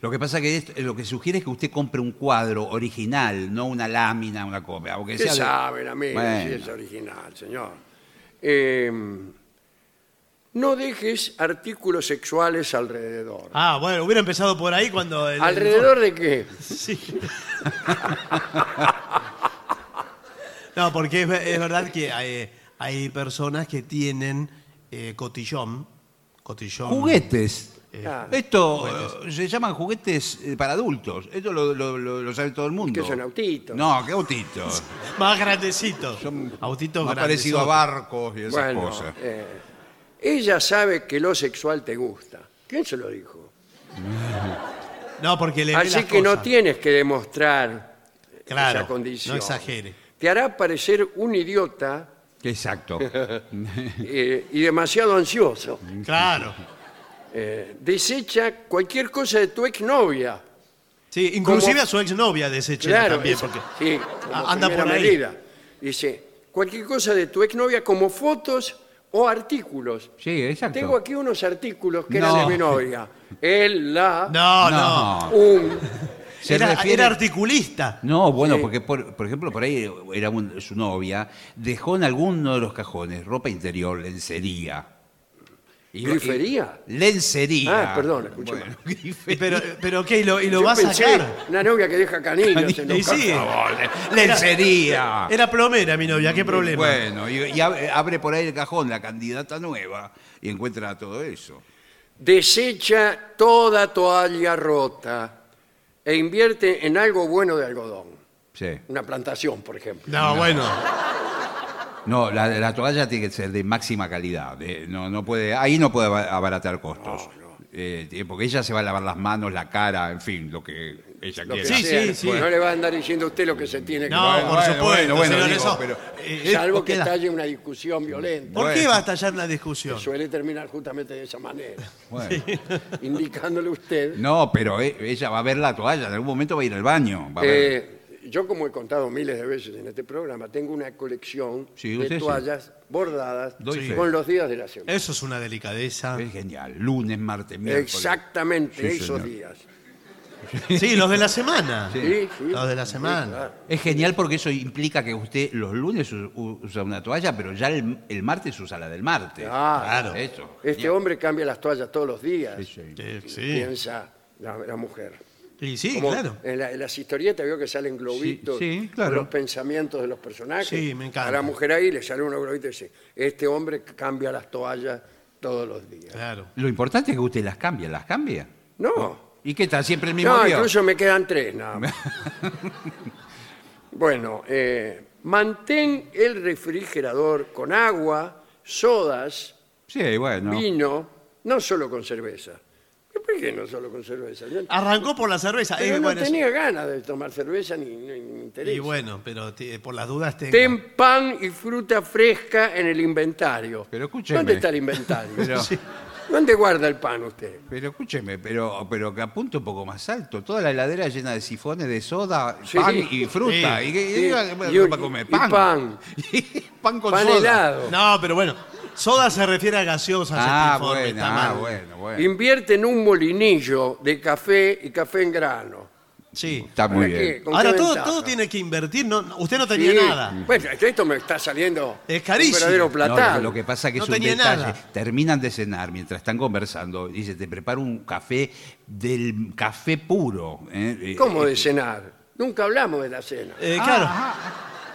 Speaker 4: Lo que pasa es que esto- eh, lo que sugiere es que usted compre un cuadro original, no una lámina, una copia. Aunque
Speaker 2: Usted
Speaker 4: sea de-
Speaker 2: sabe, la mía,
Speaker 4: Bueno.
Speaker 2: si es original, señor. Eh, no dejes artículos sexuales alrededor.
Speaker 3: Ah, bueno, hubiera empezado por ahí cuando. el- el-
Speaker 2: ¿Alrededor de qué?
Speaker 3: Sí. no, porque es, ve- es verdad que hay, hay personas que tienen eh, cotillón. Cotillón.
Speaker 4: Juguetes.
Speaker 2: Ah,
Speaker 4: Esto eh, se llaman juguetes eh, para adultos. Esto lo, lo- lo- lo sabe todo el mundo.
Speaker 2: Que son autitos.
Speaker 4: No, qué autitos.
Speaker 3: Más grandecitos. Autitos
Speaker 4: Más
Speaker 3: grandes.
Speaker 4: parecido a barcos y esas
Speaker 2: Bueno,
Speaker 4: cosas.
Speaker 2: eh, ella sabe que lo sexual te gusta. ¿Quién se lo dijo?
Speaker 3: No, porque le ve
Speaker 2: Así
Speaker 3: las
Speaker 2: que no
Speaker 3: cosas.
Speaker 2: tienes que demostrar
Speaker 3: Claro,
Speaker 2: esa condición.
Speaker 3: no exagere.
Speaker 2: Te hará parecer un idiota
Speaker 4: Exacto.
Speaker 2: eh, y demasiado ansioso.
Speaker 3: Claro.
Speaker 2: Eh, desecha cualquier cosa de tu exnovia.
Speaker 3: Sí, inclusive
Speaker 2: Como-
Speaker 3: a su exnovia desecha
Speaker 2: Claro,
Speaker 3: también.
Speaker 2: es-
Speaker 3: Porque...
Speaker 2: sí, como
Speaker 3: Ah, anda
Speaker 2: primera
Speaker 3: por ahí.
Speaker 2: medida. Dice, cualquier cosa de tu exnovia como fotos o artículos.
Speaker 4: Sí, exacto.
Speaker 2: Tengo aquí unos artículos que
Speaker 4: No.
Speaker 2: eran de mi novia. Él, la,
Speaker 3: No, Ah, no.
Speaker 2: un...
Speaker 4: Se
Speaker 3: Era,
Speaker 4: refiere-
Speaker 3: era articulista.
Speaker 4: No, bueno, porque por, por ejemplo, por ahí era un- su novia, dejó en alguno de los cajones ropa interior, lencería. Y-
Speaker 2: ¿Grifería?
Speaker 4: y- lencería.
Speaker 2: Ah, perdón, escuché mal.
Speaker 4: grifería.
Speaker 3: Pero, pero ¿qué? ¿Y lo, y lo
Speaker 2: Yo
Speaker 3: va a
Speaker 2: pensé,
Speaker 3: sacar?
Speaker 2: Una novia que deja canillos en
Speaker 3: Y
Speaker 2: los
Speaker 3: sí.
Speaker 2: cajones.
Speaker 4: lencería. Mm,
Speaker 3: Era plomera mi novia, ¿qué problema?
Speaker 4: Bueno, y, y ab- abre por ahí el cajón la candidata nueva y encuentra todo eso.
Speaker 2: Desecha toda toalla rota e invierte en algo bueno de algodón.
Speaker 4: Sí.
Speaker 2: Una plantación, por ejemplo.
Speaker 3: No, bueno.
Speaker 4: No, la, la toalla tiene que ser de máxima calidad. eh, no, no puede, ahí no puede aba- abaratar costos. Eh, eh, porque ella se va a lavar las manos, la cara, en fin, lo que ella
Speaker 2: Lo que
Speaker 4: quiera.
Speaker 3: Sí,
Speaker 2: sea.
Speaker 3: sí, sí.
Speaker 2: No le va a andar diciendo a usted lo que se tiene que
Speaker 3: No,
Speaker 2: hacer.
Speaker 4: Bueno,
Speaker 3: por
Speaker 4: bueno,
Speaker 3: supuesto,
Speaker 4: bueno, bueno,
Speaker 3: señor,
Speaker 4: digo,
Speaker 3: eso-
Speaker 4: pero-
Speaker 3: eh,
Speaker 2: Salvo que
Speaker 3: queda-
Speaker 2: estalle una discusión violenta.
Speaker 3: ¿Por qué
Speaker 4: Bueno.
Speaker 3: va a estallar la discusión?
Speaker 2: Suele terminar justamente de esa manera,
Speaker 4: Bueno.
Speaker 2: indicándole a usted.
Speaker 4: No, pero eh, ella va a ver la toalla, en algún momento va a ir al baño. va a ver-
Speaker 2: Eh, yo, como he contado miles de veces en este programa, tengo una colección
Speaker 4: Sí,
Speaker 2: de
Speaker 4: usted sí.
Speaker 2: toallas bordadas
Speaker 4: Doy
Speaker 2: con
Speaker 4: fe.
Speaker 2: los días de la semana.
Speaker 3: Eso es una delicadeza.
Speaker 4: Es genial, lunes, martes, miércoles.
Speaker 2: Exactamente
Speaker 4: Sí,
Speaker 2: esos
Speaker 4: señor.
Speaker 2: días.
Speaker 3: Sí, los de la semana.
Speaker 2: Sí, sí.
Speaker 3: Los de la
Speaker 2: Sí,
Speaker 3: semana.
Speaker 2: claro.
Speaker 4: Es genial porque eso implica que usted los lunes u- usa una toalla, pero ya el, el martes usa la del martes.
Speaker 2: Claro.
Speaker 4: Eso.
Speaker 2: Ah, Este
Speaker 4: genial.
Speaker 2: hombre cambia las toallas todos los días,
Speaker 3: Eh, Sí.
Speaker 2: piensa la, la mujer.
Speaker 3: Y sí,
Speaker 2: Como
Speaker 3: claro.
Speaker 2: en, la- en las historietas veo que salen globitos
Speaker 4: Sí, sí,
Speaker 2: con
Speaker 4: claro.
Speaker 2: los pensamientos de los personajes.
Speaker 3: Sí, me encanta.
Speaker 2: A la mujer ahí le sale uno globito y dice, este hombre cambia las toallas todos los días.
Speaker 3: Claro.
Speaker 4: Lo importante es que usted las cambie, las cambia.
Speaker 2: No.
Speaker 4: ¿Y qué tal? ¿Siempre el mismo
Speaker 2: No,
Speaker 4: día?
Speaker 2: incluso me quedan tres nada más. bueno, eh, mantén el refrigerador con agua, sodas,
Speaker 4: Sí, bueno.
Speaker 2: vino, no solo con cerveza. ¿Por qué no solo con cerveza? Yo-
Speaker 4: Ah,
Speaker 3: Arrancó por la cerveza.
Speaker 2: pero
Speaker 3: eh,
Speaker 2: no
Speaker 3: bueno, es-
Speaker 2: tenía ganas de tomar cerveza ni, ni- ni me interesa.
Speaker 3: Y bueno, pero te- por las dudas tengo.
Speaker 2: Ten pan y fruta fresca en el inventario.
Speaker 4: Pero escúcheme.
Speaker 2: ¿Dónde está el inventario?
Speaker 4: Pero-
Speaker 2: Sí. ¿Dónde guarda el pan usted?
Speaker 4: Pero escúcheme, pero, pero que apunte un poco más alto. Toda la heladera llena de sifones de soda,
Speaker 2: Sí.
Speaker 4: pan y fruta.
Speaker 3: Sí.
Speaker 4: ¿Y qué-
Speaker 2: Sí.
Speaker 4: qué va-
Speaker 2: Y un-
Speaker 4: va a comer?
Speaker 2: y
Speaker 4: Pan.
Speaker 2: pan.
Speaker 4: pan con
Speaker 2: Pan
Speaker 4: soda.
Speaker 2: helado.
Speaker 3: No, pero bueno. Soda se refiere a gaseosa.
Speaker 4: Ah,
Speaker 3: Setinforme,
Speaker 4: bueno,
Speaker 3: está
Speaker 4: ah,
Speaker 3: mal.
Speaker 4: bueno, bueno.
Speaker 2: Invierte en un molinillo de café y café en grano.
Speaker 3: Sí.
Speaker 4: Está muy
Speaker 2: ¿Para qué?
Speaker 4: bien.
Speaker 2: ¿Con
Speaker 3: Ahora
Speaker 2: qué
Speaker 3: todo,
Speaker 2: ventaja?
Speaker 3: todo tiene que invertir. No, usted no tenía
Speaker 2: Sí.
Speaker 3: nada.
Speaker 2: Bueno, esto me está saliendo
Speaker 3: Es carísimo.
Speaker 2: un verdadero platal.
Speaker 4: No, lo que pasa es que
Speaker 3: No
Speaker 4: es un
Speaker 3: tenía
Speaker 4: detalle.
Speaker 3: nada.
Speaker 4: Terminan de cenar mientras están conversando. Dice, te preparo un café del café puro. ¿eh? Eh,
Speaker 2: ¿Cómo
Speaker 4: eh,
Speaker 2: de cenar? Nunca hablamos de la cena.
Speaker 3: Eh,
Speaker 4: ah,
Speaker 3: claro.
Speaker 4: Ah,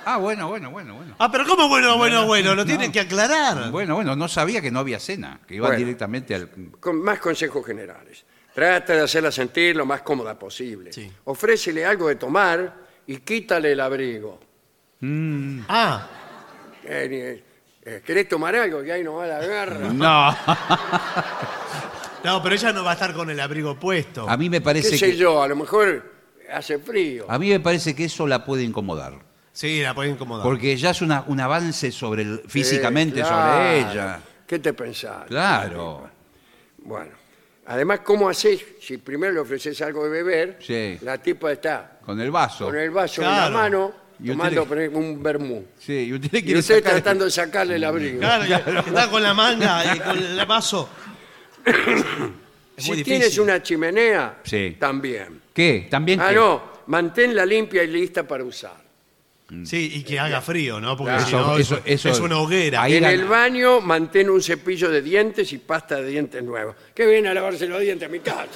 Speaker 4: ah, bueno, bueno, bueno, bueno.
Speaker 3: Ah, pero ¿cómo bueno, bueno, bueno? Lo tienen que aclarar.
Speaker 4: Bueno, bueno, no sabía que no había cena, que iban
Speaker 2: Bueno.
Speaker 4: directamente al...
Speaker 2: Con más consejos generales. Trata de hacerla sentir lo más cómoda posible.
Speaker 3: Sí.
Speaker 2: Ofrécele algo de tomar y quítale el abrigo.
Speaker 3: Ah,
Speaker 2: Eh, ni- eh, ¿Querés tomar algo? Y ahí no va la garra.
Speaker 4: No.
Speaker 3: no, pero ella no va a estar con el abrigo puesto.
Speaker 4: A mí me
Speaker 2: ¿Qué
Speaker 4: parece
Speaker 2: sé
Speaker 4: que... Ah,
Speaker 2: yo? A lo mejor hace frío.
Speaker 4: A mí me parece que eso la puede incomodar.
Speaker 3: Sí, la puede incomodar.
Speaker 4: Porque ya es una- un avance sobre el- físicamente
Speaker 2: Eh, Ah. claro.
Speaker 4: sobre ella.
Speaker 2: ¿Qué te pensás?
Speaker 4: Claro.
Speaker 2: Bueno. Además, ¿cómo hacés? Si primero le ofreces algo de beber,
Speaker 4: Sí.
Speaker 2: la tipa está
Speaker 4: Con el vaso.
Speaker 2: con el vaso en
Speaker 3: Claro.
Speaker 2: la mano
Speaker 4: Y
Speaker 2: tomando
Speaker 4: usted
Speaker 2: un vermú.
Speaker 4: Sí, y usted le
Speaker 2: Y
Speaker 4: quiere
Speaker 2: usted
Speaker 4: sacar-
Speaker 2: tratando de sacarle el abrigo.
Speaker 3: este? Claro, está con la manga y con el vaso. Es
Speaker 2: si
Speaker 3: muy
Speaker 2: tienes
Speaker 3: difícil.
Speaker 2: una chimenea,
Speaker 4: Sí.
Speaker 2: también.
Speaker 4: este- ¿Qué? ¿También
Speaker 2: Ah,
Speaker 4: qué?
Speaker 2: no, manténla limpia y lista para usar.
Speaker 3: Sí, y que haga frío, ¿no? Porque
Speaker 4: Mm. Claro.
Speaker 3: si no,
Speaker 4: Eso-
Speaker 3: es-
Speaker 4: eso-
Speaker 3: es una hoguera.
Speaker 4: Ahí
Speaker 2: en
Speaker 4: gana.
Speaker 2: el baño, mantén un cepillo de dientes y pasta de dientes nuevos. Que viene a lavarse los dientes a mi casa.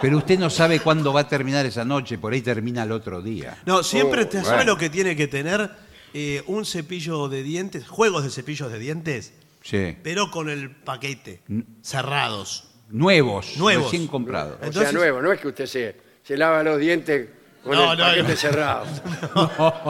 Speaker 4: Pero usted no sabe cuándo va a terminar esa noche, por ahí termina el otro día.
Speaker 3: No, siempre
Speaker 2: Oh,
Speaker 3: te
Speaker 4: bueno.
Speaker 3: sabe lo que tiene que tener eh, un cepillo de dientes, juegos de cepillos de dientes,
Speaker 4: Sí.
Speaker 3: pero con el paquete,
Speaker 4: Mm.
Speaker 3: cerrados.
Speaker 4: Nuevos,
Speaker 3: Nuevos.
Speaker 4: recién comprados.
Speaker 2: O sea,
Speaker 3: Entonces-
Speaker 2: nuevo, no es que usted se, se lava los dientes con
Speaker 3: No,
Speaker 2: el
Speaker 3: no,
Speaker 2: paquete
Speaker 3: no.
Speaker 2: cerrado.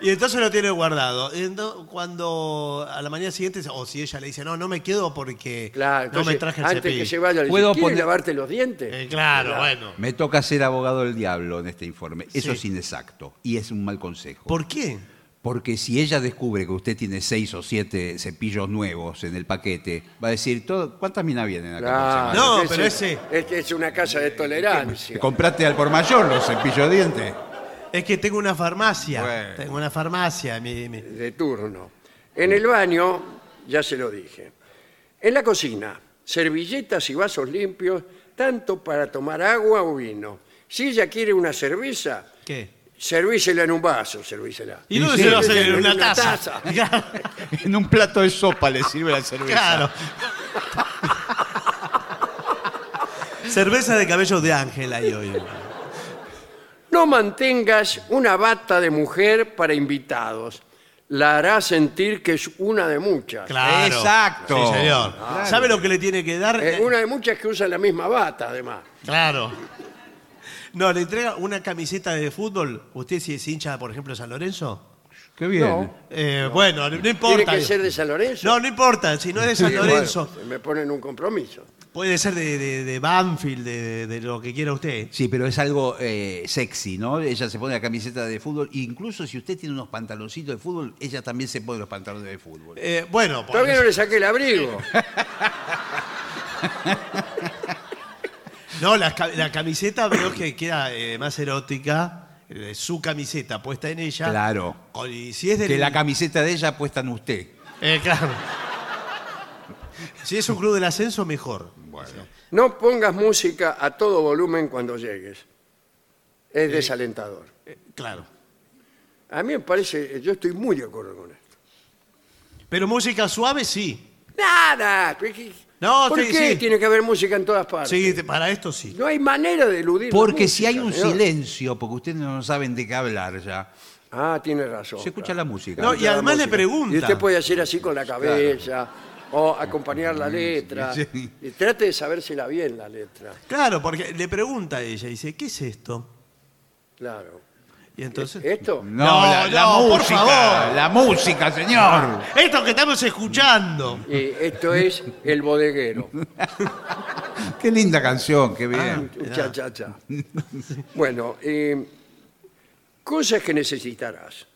Speaker 3: Y entonces lo tiene guardado. Y ento- cuando a la mañana siguiente, o si ella le dice, no, no me quedo porque
Speaker 2: Claro,
Speaker 3: no
Speaker 2: entonces,
Speaker 3: me traje el
Speaker 2: antes
Speaker 3: cepillo.
Speaker 2: que se vaya, le dice,
Speaker 4: Puedo
Speaker 2: ¿quieres
Speaker 4: poner-
Speaker 2: lavarte los dientes?
Speaker 3: Eh, claro, bueno.
Speaker 4: Me toca ser abogado del diablo en este informe. Eso
Speaker 3: Sí.
Speaker 4: es inexacto y es un mal consejo.
Speaker 3: ¿Por qué?
Speaker 4: Porque si ella descubre que usted tiene seis o siete cepillos nuevos en el paquete, va a decir, todo, ¿cuántas minas vienen acá? por
Speaker 2: Claro,
Speaker 4: semana?
Speaker 3: No,
Speaker 2: ese-
Speaker 3: pero ese- Eh,
Speaker 2: este es una casa de tolerancia.
Speaker 4: Compraste al por mayor los cepillos de dientes.
Speaker 3: Es que tengo una farmacia.
Speaker 4: Bueno.
Speaker 3: Tengo una farmacia. mi- mi-
Speaker 2: de turno. En el baño, ya se lo dije. En la cocina, servilletas y vasos limpios, tanto para tomar agua o vino. Si ella quiere una cerveza,
Speaker 3: ¿Qué?
Speaker 2: servísela en un vaso, servísela.
Speaker 3: Y no
Speaker 4: sí,
Speaker 3: se lo hace
Speaker 2: en
Speaker 3: en una
Speaker 2: una
Speaker 3: taza.
Speaker 4: En un plato de sopa le sirve la cerveza.
Speaker 3: claro. Cerveza de cabello de ángel ahí hoy.
Speaker 2: No mantengas una bata de mujer para invitados. La hará sentir que es una de muchas.
Speaker 3: Claro.
Speaker 4: Exacto.
Speaker 3: Sí, señor.
Speaker 4: Claro.
Speaker 3: ¿Sabe lo que le tiene que dar?
Speaker 2: Ah, Eh, una de muchas que usan la misma bata, además.
Speaker 3: Claro. No, le entrega una camiseta de fútbol. ¿Usted si es hincha, por ejemplo, de San Lorenzo?
Speaker 4: Qué bien.
Speaker 2: No.
Speaker 3: Eh, Bueno, no importa.
Speaker 2: Tiene que ser de San Lorenzo.
Speaker 3: No, no importa. Si no es de San
Speaker 2: Sí, bueno,
Speaker 3: Lorenzo,
Speaker 2: me ponen un compromiso.
Speaker 3: puede ser de, de- de Banfield, de, de lo que quiera usted.
Speaker 4: Sí, pero es algo eh, sexy, ¿no? Ella se pone la camiseta de fútbol. Incluso si usted tiene unos pantaloncitos de fútbol, ella también se pone los pantalones de fútbol.
Speaker 3: Eh, bueno, por-
Speaker 2: Todavía no le saqué el abrigo.
Speaker 3: No, la, ca- la camiseta veo que queda eh, más erótica. eh, su camiseta puesta en ella.
Speaker 4: Claro.
Speaker 3: Con- y si es del-
Speaker 4: Que
Speaker 2: eh.
Speaker 4: la camiseta de ella puesta en usted.
Speaker 3: Eh, claro. Si es un club del ascenso, mejor.
Speaker 2: No pongas música a todo volumen cuando llegues. Es desalentador.
Speaker 3: Eh, claro.
Speaker 2: A mí me parece, yo estoy muy de acuerdo con esto.
Speaker 3: Pero música suave, sí.
Speaker 2: Nada. ¿Por qué-
Speaker 3: No,
Speaker 2: ¿Por
Speaker 3: sí,
Speaker 2: qué
Speaker 3: sí.
Speaker 2: tiene que haber música en todas partes?
Speaker 3: Sí, te- para esto sí.
Speaker 2: No hay manera de eludir. la
Speaker 4: Porque si
Speaker 2: música,
Speaker 4: hay un
Speaker 2: señor.
Speaker 4: silencio, porque ustedes no saben de qué hablar ya,
Speaker 2: Ah, tiene razón.
Speaker 4: se escucha
Speaker 2: claro.
Speaker 4: la música.
Speaker 3: No, y
Speaker 2: Escucha la
Speaker 3: además le
Speaker 2: música.
Speaker 3: pregunta.
Speaker 2: Y usted puede hacer así con la cabeza o acompañar la letra.
Speaker 4: Sí.
Speaker 2: Y trate de sabérsela bien la letra.
Speaker 3: Claro, porque le pregunta a ella, dice, ¿qué es esto?
Speaker 2: Claro.
Speaker 3: Y entonces.
Speaker 2: ¿Esto?
Speaker 4: No,
Speaker 3: No,
Speaker 4: la, la
Speaker 3: no, por
Speaker 4: música,
Speaker 3: favor.
Speaker 4: la música, señor.
Speaker 3: Esto que estamos escuchando.
Speaker 2: Eh, esto es el bodeguero.
Speaker 4: Qué linda canción, qué
Speaker 3: Ah,
Speaker 4: bien.
Speaker 2: Cha, cha, cha. Bueno, eh, cosas que necesitarás.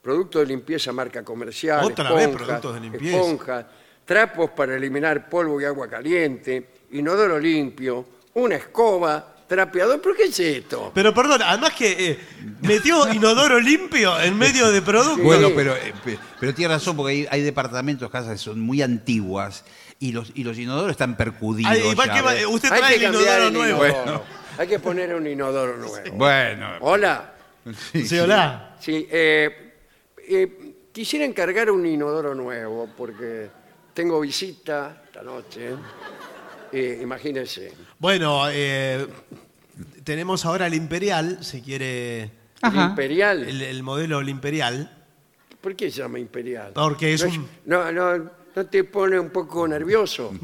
Speaker 2: Productos de limpieza marca comercial.
Speaker 3: Otra vez
Speaker 2: esponjas,
Speaker 3: productos de limpieza.
Speaker 2: esponjas, trapos para eliminar polvo y agua caliente, inodoro limpio, una escoba, trapeador. ¿Pero qué es esto?
Speaker 3: Pero perdón, además que eh, metió inodoro limpio en medio de producto.
Speaker 4: Bueno, pero, eh, pe- pero tiene razón, porque hay, hay departamentos, casas que son muy antiguas y los, y los inodoros están percudidos.
Speaker 3: Ay, igual
Speaker 4: ya,
Speaker 3: que va-
Speaker 4: ¿ves?
Speaker 3: usted trae el
Speaker 2: cambiar
Speaker 3: inodoro
Speaker 2: el
Speaker 3: nuevo.
Speaker 2: inodoro. Hay que poner un inodoro nuevo.
Speaker 4: Bueno,
Speaker 2: Hola.
Speaker 3: Sí, hola.
Speaker 2: Sí, eh, eh, quisiera encargar un inodoro nuevo porque tengo visita esta noche. Eh, imagínense.
Speaker 3: Bueno, eh, tenemos ahora el Imperial, si quiere.
Speaker 4: Ah.
Speaker 2: El imperial.
Speaker 3: El, el modelo el Imperial.
Speaker 2: ¿Por qué se llama imperial?
Speaker 3: Porque es
Speaker 2: no
Speaker 3: un-
Speaker 2: No, no, ¿no te pone un poco nervioso.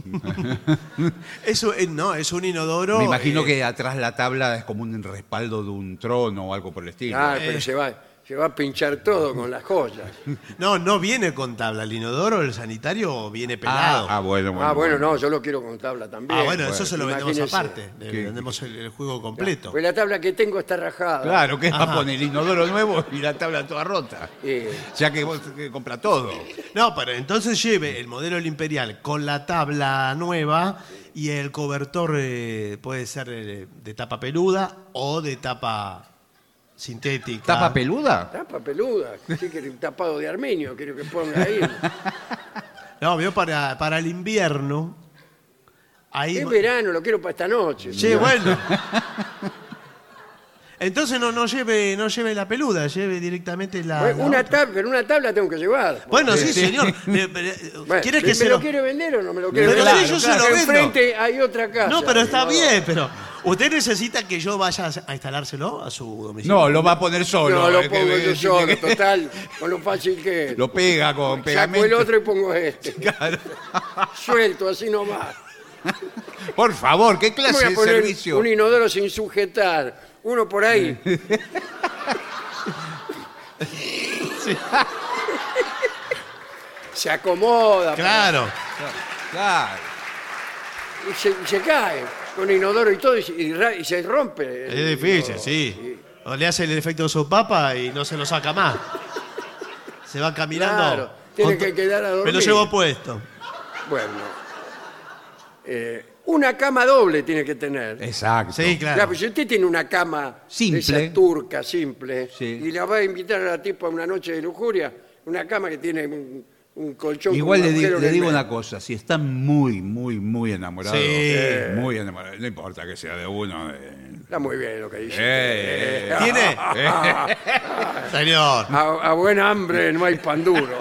Speaker 3: Eso eh, no, es un inodoro.
Speaker 4: me imagino
Speaker 3: eh,
Speaker 4: que atrás la tabla es como un respaldo de un trono o algo por el estilo. Eh,
Speaker 2: Ah,
Speaker 3: Eh.
Speaker 2: pero se va, se va a pinchar todo con las joyas.
Speaker 3: No, no viene con tabla. El inodoro, el sanitario, viene pelado.
Speaker 4: Ah, bueno, bueno.
Speaker 2: ah, bueno, no, yo lo quiero con tabla también.
Speaker 3: Ah, bueno, eso se lo vendemos
Speaker 2: Imagínese.
Speaker 3: aparte. Le
Speaker 4: ¿Qué?
Speaker 3: vendemos el, el juego completo.
Speaker 2: Pues la tabla que tengo está rajada.
Speaker 4: Claro, que va
Speaker 3: Ajá.
Speaker 4: a poner inodoro nuevo y la tabla toda rota.
Speaker 2: Eh,
Speaker 4: Ya que vos que compra todo.
Speaker 3: No, pero entonces lleve el modelo el Imperial con la tabla nueva y el cobertor eh, puede ser eh, de tapa peluda o de tapa sintética.
Speaker 4: ¿Tapa peluda?
Speaker 2: tapa peluda, sí que un tapado de armenio, quiero que ponga ahí.
Speaker 3: No, veo para, para el invierno. Ahí.
Speaker 2: Es verano, lo quiero para esta noche.
Speaker 3: Sí, bueno. Entonces no, no lleve, no lleve la peluda, lleve directamente la.
Speaker 2: Bueno,
Speaker 3: la
Speaker 2: una
Speaker 3: otra.
Speaker 2: tabla, pero una tabla tengo que llevar.
Speaker 3: Bueno, sí,
Speaker 4: Sí.
Speaker 3: señor. Le- le-
Speaker 2: Bueno, ¿me-
Speaker 3: ¿Quieres que
Speaker 2: ¿Me
Speaker 3: se
Speaker 2: lo
Speaker 3: lo-
Speaker 2: quiere vender o no me lo quiere
Speaker 3: Pero
Speaker 2: vender?
Speaker 3: sí, yo se lo vendo.
Speaker 2: Enfrente hay otra casa.
Speaker 3: No, pero está
Speaker 2: No,
Speaker 3: bien, pero. ¿Usted necesita que yo vaya a instalárselo a su domicilio?
Speaker 4: No, lo va a poner solo.
Speaker 2: No,
Speaker 4: eh,
Speaker 2: lo
Speaker 4: que-
Speaker 2: pongo yo
Speaker 4: que-
Speaker 2: solo,
Speaker 4: que-
Speaker 2: total, con lo fácil que es.
Speaker 4: Lo pega con
Speaker 2: Saco
Speaker 4: pegamento.
Speaker 2: el otro y pongo este.
Speaker 4: Claro.
Speaker 2: Suelto, así nomás.
Speaker 4: Por favor, ¿qué
Speaker 2: ¿Cómo voy
Speaker 4: clase
Speaker 2: a
Speaker 4: de
Speaker 2: poner
Speaker 4: servicio?
Speaker 2: un inodoro sin sujetar? Uno por ahí. Se acomoda
Speaker 3: Claro.
Speaker 4: Claro.
Speaker 2: y se, se cae con inodoro y todo y, se- y ra- y se rompe. el
Speaker 3: Es difícil,
Speaker 2: inodoro.
Speaker 3: sí. O le hace el efecto sopapa y no se lo saca más. Se va caminando.
Speaker 2: Claro, tiene
Speaker 3: con to-
Speaker 2: que quedar a
Speaker 3: Me lo
Speaker 2: dormir.
Speaker 3: llevo puesto.
Speaker 2: Bueno. Eh, una cama doble tiene que tener.
Speaker 4: Exacto.
Speaker 3: Sí, claro.
Speaker 2: Ya, pues si usted tiene una cama
Speaker 4: Simple.
Speaker 2: de esa turca, simple,
Speaker 4: Sí.
Speaker 2: y la va a invitar a la tipa a una noche de lujuria, una cama que tiene un, un colchón. con
Speaker 4: Igual
Speaker 2: un
Speaker 4: le, di-
Speaker 2: agujero en
Speaker 4: le
Speaker 2: el
Speaker 4: digo
Speaker 2: medio.
Speaker 4: una cosa, si está muy, muy, muy enamorado,
Speaker 3: Sí.
Speaker 4: muy enamorado, no importa que sea de uno. eh,
Speaker 2: Está muy bien lo que dice.
Speaker 4: eh, eh,
Speaker 3: ¿Tiene? Señor.
Speaker 2: A, a buen hambre no hay pan duro.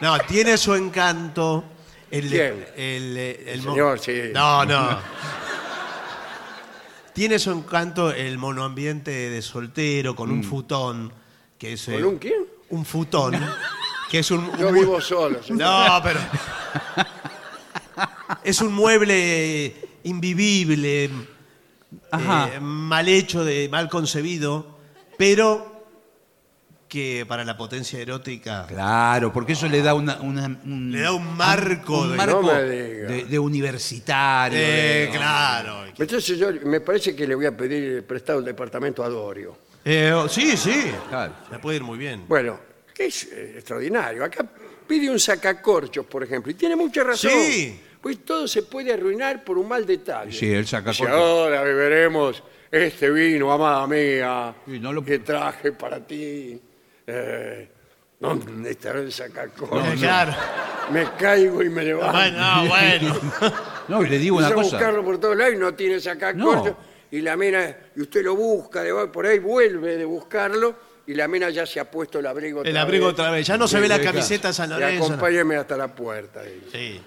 Speaker 3: No, tiene su encanto. El,
Speaker 2: ¿Quién?
Speaker 3: el- el- el mo-
Speaker 2: señor, sí.
Speaker 3: No, no. tiene su encanto el monoambiente de soltero con un futón. Que es, eh,
Speaker 2: Mm. ¿Con un quién?
Speaker 3: Un futón. que es un.
Speaker 2: Yo
Speaker 3: un-
Speaker 2: vivo solo. señor.
Speaker 3: No, pero. es un mueble invivible, eh,
Speaker 4: Ajá.
Speaker 3: mal hecho, de, mal concebido, pero que para la potencia erótica.
Speaker 4: Claro, porque eso le da una, una- un,
Speaker 3: Le da un marco
Speaker 4: un
Speaker 3: de-
Speaker 4: marco
Speaker 2: No me diga.
Speaker 4: de, de universitario.
Speaker 3: Eh,
Speaker 4: de-
Speaker 3: claro.
Speaker 2: Entonces yo me parece que le voy a pedir eh, prestado el departamento a Dorio.
Speaker 3: Eh, sí, sí.
Speaker 4: Claro.
Speaker 3: Le puede ir muy bien.
Speaker 2: Bueno, que es eh, extraordinario. Acá pide un sacacorchos, por ejemplo, y tiene mucha razón.
Speaker 3: Sí.
Speaker 2: Pues todo se puede arruinar por un mal detalle.
Speaker 4: Sí, el sacacorchos.
Speaker 2: Dice, ahora beberemos este vino, amada mía,
Speaker 4: Y no lo-
Speaker 2: que traje para ti. Eh, ¿Dónde estará el sacacorchos?
Speaker 3: Eh, Claro.
Speaker 2: Me caigo y me levanto.
Speaker 3: Bueno, bueno.
Speaker 4: No, y le digo una
Speaker 2: Empieza
Speaker 4: cosa.
Speaker 2: "Oh, a buscarlo por todos lados y no tiene sacacorchos.
Speaker 4: No.
Speaker 2: Y la mena, y usted lo busca, de- por ahí vuelve de buscarlo, y la mena ya se ha puesto el abrigo
Speaker 3: El abrigo otra vez. Ya no se ve la
Speaker 4: sí, claro.
Speaker 3: camiseta de San
Speaker 2: Y
Speaker 3: Lorenzo. no.
Speaker 2: acompáñeme hasta la puerta. dice.
Speaker 3: Sí.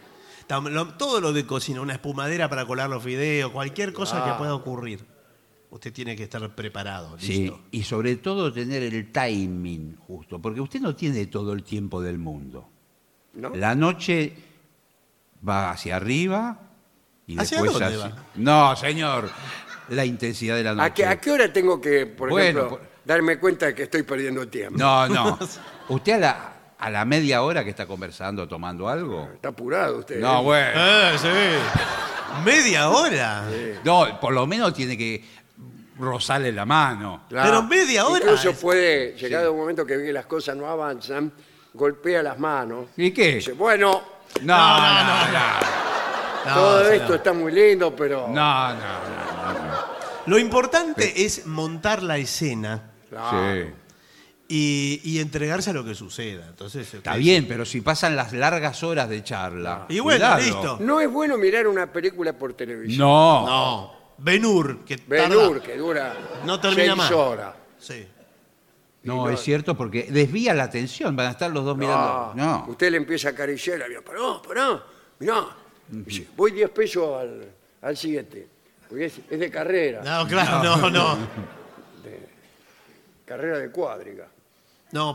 Speaker 3: Tam- lo- todo lo de cocina, una espumadera para colar los fideos, cualquier cosa que pueda ocurrir. Usted tiene que estar preparado,
Speaker 4: Sí,
Speaker 3: listo.
Speaker 4: y sobre todo tener el timing justo, porque usted no tiene todo el tiempo del mundo.
Speaker 2: ¿No?
Speaker 4: La noche va hacia arriba y
Speaker 3: ¿Hacia
Speaker 4: después
Speaker 3: dónde
Speaker 4: hacia-
Speaker 3: va?
Speaker 4: No, señor. La intensidad de la noche.
Speaker 2: ¿A, qué, a qué hora tengo que, por
Speaker 4: Bueno,
Speaker 2: ejemplo,
Speaker 3: pues-
Speaker 4: por-
Speaker 2: darme cuenta de que estoy perdiendo tiempo?
Speaker 4: No, no. Usted a la, a la media hora que está conversando, tomando algo.
Speaker 2: Está apurado usted.
Speaker 4: No,
Speaker 2: ¿eh?
Speaker 4: bueno.
Speaker 3: Eh, sí. Media hora.
Speaker 4: No, por lo menos tiene que rozarle la mano.
Speaker 2: Claro.
Speaker 3: Pero media hora
Speaker 2: Incluso
Speaker 3: es-
Speaker 2: puede, llegado un momento que ve que las cosas no avanzan, golpea las manos.
Speaker 4: ¿Y qué?
Speaker 2: Dice, bueno,
Speaker 4: No, no, no, no.
Speaker 3: No,
Speaker 2: todo
Speaker 3: no.
Speaker 2: esto está muy lindo, pero...
Speaker 4: No, no, no, no.
Speaker 3: Lo importante es montar la escena
Speaker 2: Claro.
Speaker 4: Sí.
Speaker 3: y, y entregarse a lo que suceda. Entonces, este,
Speaker 4: Está bien, pero si pasan las largas horas de charla.
Speaker 3: Y bueno,
Speaker 4: cuidado.
Speaker 3: listo.
Speaker 2: No es bueno mirar una película por televisión.
Speaker 4: No.
Speaker 3: No, Benur, que tarda-
Speaker 2: Benur, que dura
Speaker 3: No termina
Speaker 2: seis
Speaker 3: más.
Speaker 2: horas.
Speaker 3: Sí.
Speaker 4: No, es cierto porque desvía la atención, van a estar los dos mirando. No.
Speaker 2: Usted le empieza a acariciar, le dice, pará, pará, mirá. Dice, voy 10 pesos al, al siguiente. Porque es, es de carrera,
Speaker 3: No, claro, no, no. No,
Speaker 2: carrera de cuadriga.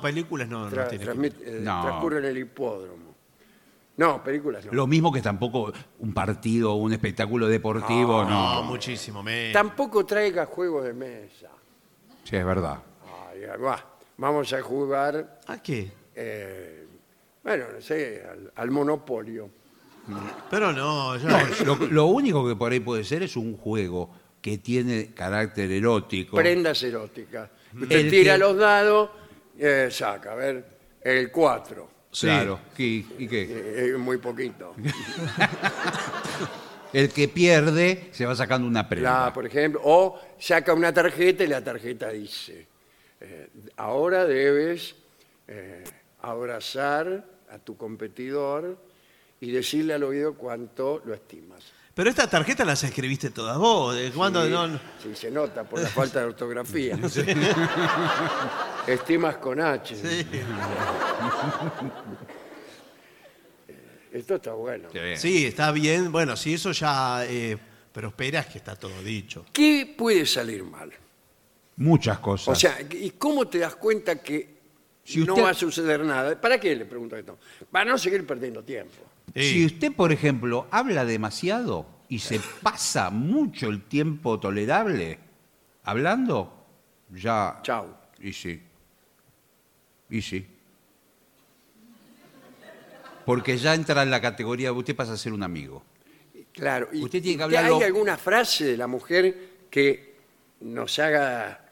Speaker 3: películas no, no
Speaker 2: Tra-
Speaker 3: tiene.
Speaker 2: transmit- eh,
Speaker 4: No.
Speaker 2: Transcurre en el hipódromo. No, películas no.
Speaker 4: Lo mismo que tampoco un partido o un espectáculo deportivo,
Speaker 3: No,
Speaker 4: no.
Speaker 3: muchísimo menos.
Speaker 2: Tampoco traiga juegos de mesa.
Speaker 4: Sí, es verdad.
Speaker 2: Ay, va, Vamos a jugar,
Speaker 3: ¿A Ah, qué?
Speaker 2: eh, bueno, no sé, al, al monopolio.
Speaker 3: Pero no, yo-
Speaker 4: Lo, lo único que por ahí puede ser es un juego que tiene carácter erótico.
Speaker 2: Prendas eróticas.
Speaker 3: Mm.
Speaker 2: Usted
Speaker 4: El
Speaker 2: tira
Speaker 4: que-
Speaker 2: los dados, eh, saca, a ver, el 4.
Speaker 3: Sí.
Speaker 4: Claro. ¿Y, y qué?
Speaker 2: Eh, eh, muy poquito.
Speaker 4: El que pierde se va sacando una prenda.
Speaker 2: La, por ejemplo, o saca una tarjeta y la tarjeta dice, eh, ahora debes eh, abrazar a tu competidor y decirle al oído cuánto lo estimas.
Speaker 3: Pero estas tarjetas las escribiste todas vos. ¿De cuándo?
Speaker 2: Sí,
Speaker 3: No, no.
Speaker 2: sí, se nota por la falta de ortografía. Estimas con H.
Speaker 3: Sí.
Speaker 2: Esto está bueno.
Speaker 3: Sí, está bien. Bueno, si eso ya. eh, pero esperas que está todo dicho.
Speaker 2: ¿Qué puede salir mal?
Speaker 4: Muchas cosas.
Speaker 2: O sea, ¿y cómo te das cuenta que
Speaker 4: Si
Speaker 2: no
Speaker 4: usted-
Speaker 2: va a suceder nada? ¿Para qué le pregunto esto? Para no seguir perdiendo tiempo.
Speaker 4: Si usted, por ejemplo, habla demasiado y se pasa mucho el tiempo tolerable hablando, ya.
Speaker 2: Chau.
Speaker 4: Y sí. Y sí. Porque ya entra en la categoría, usted pasa a ser un amigo.
Speaker 2: Claro. y-
Speaker 4: Usted tiene que
Speaker 2: y
Speaker 4: hablar lo-
Speaker 2: ¿Hay alguna frase de la mujer que nos haga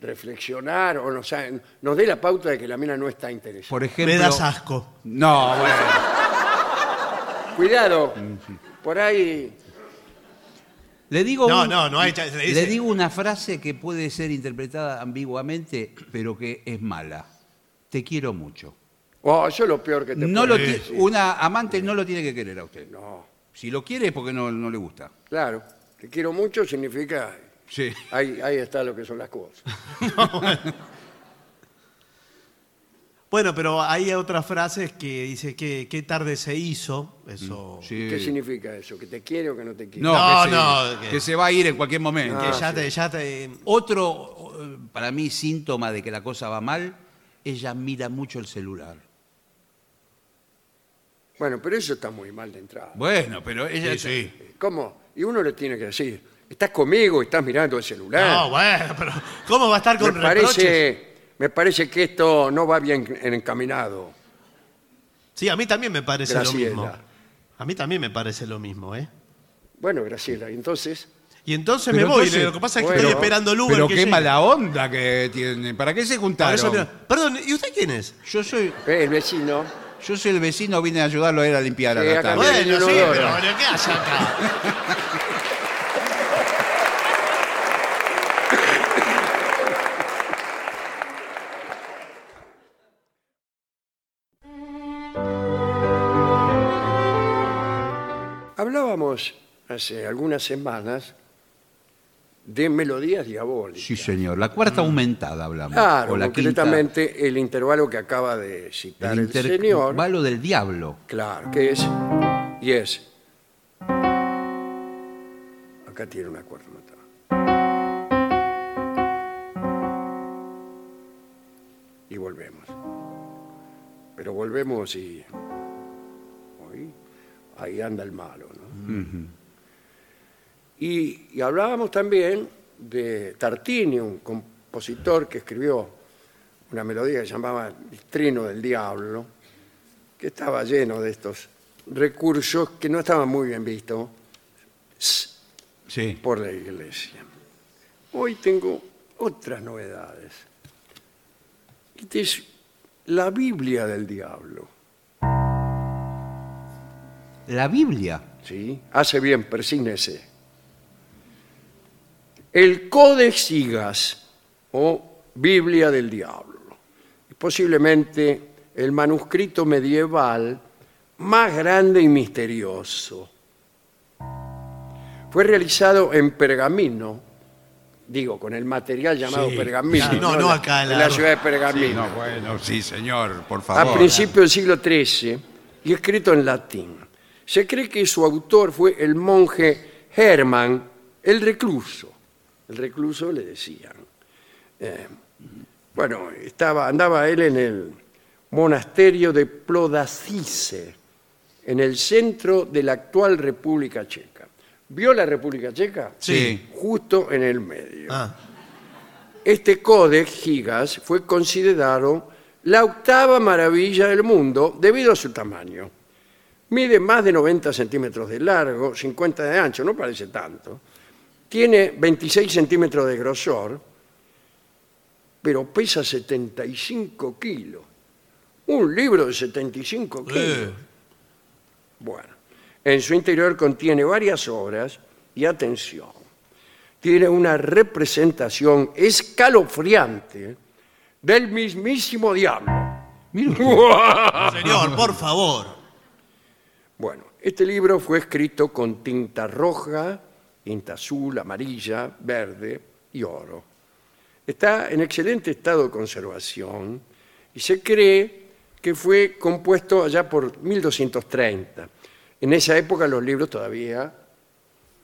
Speaker 2: reflexionar o nos, haga- nos dé la pauta de que la mina no está interesada?
Speaker 4: Por ejemplo.
Speaker 3: Me das asco.
Speaker 4: No, bueno. e-
Speaker 2: Cuidado,
Speaker 4: Mm,
Speaker 2: por ahí
Speaker 4: Le digo,
Speaker 3: No,
Speaker 4: un-
Speaker 3: no, no hay chance, le
Speaker 4: le
Speaker 3: dice-
Speaker 4: digo una frase que puede ser interpretada ambiguamente, pero que es mala. Te quiero mucho.
Speaker 2: Oh, eso es lo peor que te
Speaker 4: No
Speaker 2: puede
Speaker 4: lo ti-
Speaker 2: decir.
Speaker 4: una amante no lo tiene que querer a usted.
Speaker 2: No,
Speaker 4: Si lo quiere es porque no, no le gusta.
Speaker 2: claro. Te quiero mucho significa.
Speaker 4: Sí.
Speaker 2: Ahí, ahí está lo que son las cosas.
Speaker 3: Bueno, pero hay otras frases que dice que qué tarde se hizo. Eso.
Speaker 2: ¿Qué significa eso? ¿Que te quiere o que no te quiere?
Speaker 4: No,
Speaker 3: No,
Speaker 4: que, se,
Speaker 3: no,
Speaker 4: que...
Speaker 3: que-
Speaker 4: se va a ir en cualquier momento.
Speaker 3: Que eh, ya te, ya te-
Speaker 4: Otro, eh, para mí, síntoma de que la cosa va mal, ella mira mucho el celular.
Speaker 2: Bueno, pero eso está muy mal de entrada. Eh,
Speaker 4: Bueno, pero ella...
Speaker 3: Sí, sí.
Speaker 2: ¿Cómo? Y uno le tiene que decir, estás conmigo, estás mirando el celular.
Speaker 3: No, bueno, pero ¿cómo va a estar
Speaker 2: Eh. me
Speaker 3: con reproches?
Speaker 2: parece, me parece que esto no va bien en- encaminado.
Speaker 3: Sí, a mí también me parece
Speaker 2: Graciela.
Speaker 3: lo mismo. A mí también me parece lo mismo, ¿eh?
Speaker 2: Bueno, Graciela, entonces,
Speaker 3: Y entonces
Speaker 4: Pero
Speaker 3: me voy.
Speaker 4: entonces-
Speaker 3: lo que pasa es que
Speaker 2: Bueno,
Speaker 3: estoy esperando el Uber.
Speaker 4: Pero
Speaker 3: que
Speaker 4: qué
Speaker 3: llegue.
Speaker 4: mala onda que tiene. ¿Para qué se
Speaker 3: Por
Speaker 4: juntaron?
Speaker 3: eso te- Perdón, ¿y usted quién es?
Speaker 4: Yo soy,
Speaker 2: eh, el vecino,
Speaker 4: yo soy el vecino, vine a ayudarlo a él a limpiar a
Speaker 2: Sí,
Speaker 4: la
Speaker 2: acá-
Speaker 4: tarde.
Speaker 2: Bueno,
Speaker 3: Bueno, sí,
Speaker 2: Inodoro.
Speaker 3: pero bueno, ¿qué hace acá?
Speaker 2: hablábamos hace algunas semanas de melodías diabólicas.
Speaker 4: Sí, señor. La cuarta aumentada hablamos.
Speaker 2: Claro,
Speaker 4: o la quinta.
Speaker 2: concretamente el intervalo que acaba de citar
Speaker 4: El
Speaker 2: el, señor.
Speaker 4: intervalo del diablo.
Speaker 2: Claro, que es. Y es. Acá tiene una cuarta nota. Y volvemos. Pero volvemos y. Ahí, ahí anda el malo, ¿no? y, y hablábamos también de Tartini, un compositor que escribió una melodía que llamaba El trino del diablo que estaba lleno de estos recursos que no estaban muy bien vistos
Speaker 4: Sí.
Speaker 2: por la iglesia. Hoy tengo otras novedades. Este es La Biblia del Diablo.
Speaker 4: La Biblia.
Speaker 2: ¿Sí? Hace bien, persígnese. El Codex Sigas o Biblia del Diablo. Posiblemente el manuscrito medieval más grande y misterioso. Fue realizado en pergamino, digo, con el material llamado
Speaker 3: Sí,
Speaker 2: pergamino.
Speaker 3: claro, no, no acá en
Speaker 2: en la,
Speaker 3: la-
Speaker 2: ciudad de Pergamino.
Speaker 4: No, bueno, sí, señor, por
Speaker 2: a
Speaker 4: favor.
Speaker 2: principios del siglo XIII y escrito en latín. Se cree que su autor fue el monje Hermann, el recluso. El recluso le decían. Eh, bueno, estaba, andaba él en el monasterio de Plodacice, en el centro de la actual República Checa. ¿Vio la República Checa?
Speaker 4: Sí.
Speaker 2: Justo en el medio.
Speaker 3: Ah,
Speaker 2: Este códex Gigas fue considerado la octava maravilla del mundo debido a su tamaño. Mide más de 90 centímetros de largo, 50 de ancho, no parece tanto. Tiene 26 centímetros de grosor, pero pesa 75 kilos. Un libro de 75 kilos.
Speaker 3: eh,
Speaker 2: Bueno, en su interior contiene varias obras y atención. Tiene una representación escalofriante del mismísimo diablo.
Speaker 4: Ah.
Speaker 3: señor, por favor.
Speaker 2: Bueno, este libro fue escrito con tinta roja, tinta azul, amarilla, verde y oro. Está en excelente estado de conservación y se cree que fue compuesto allá por 1230. En esa época los libros todavía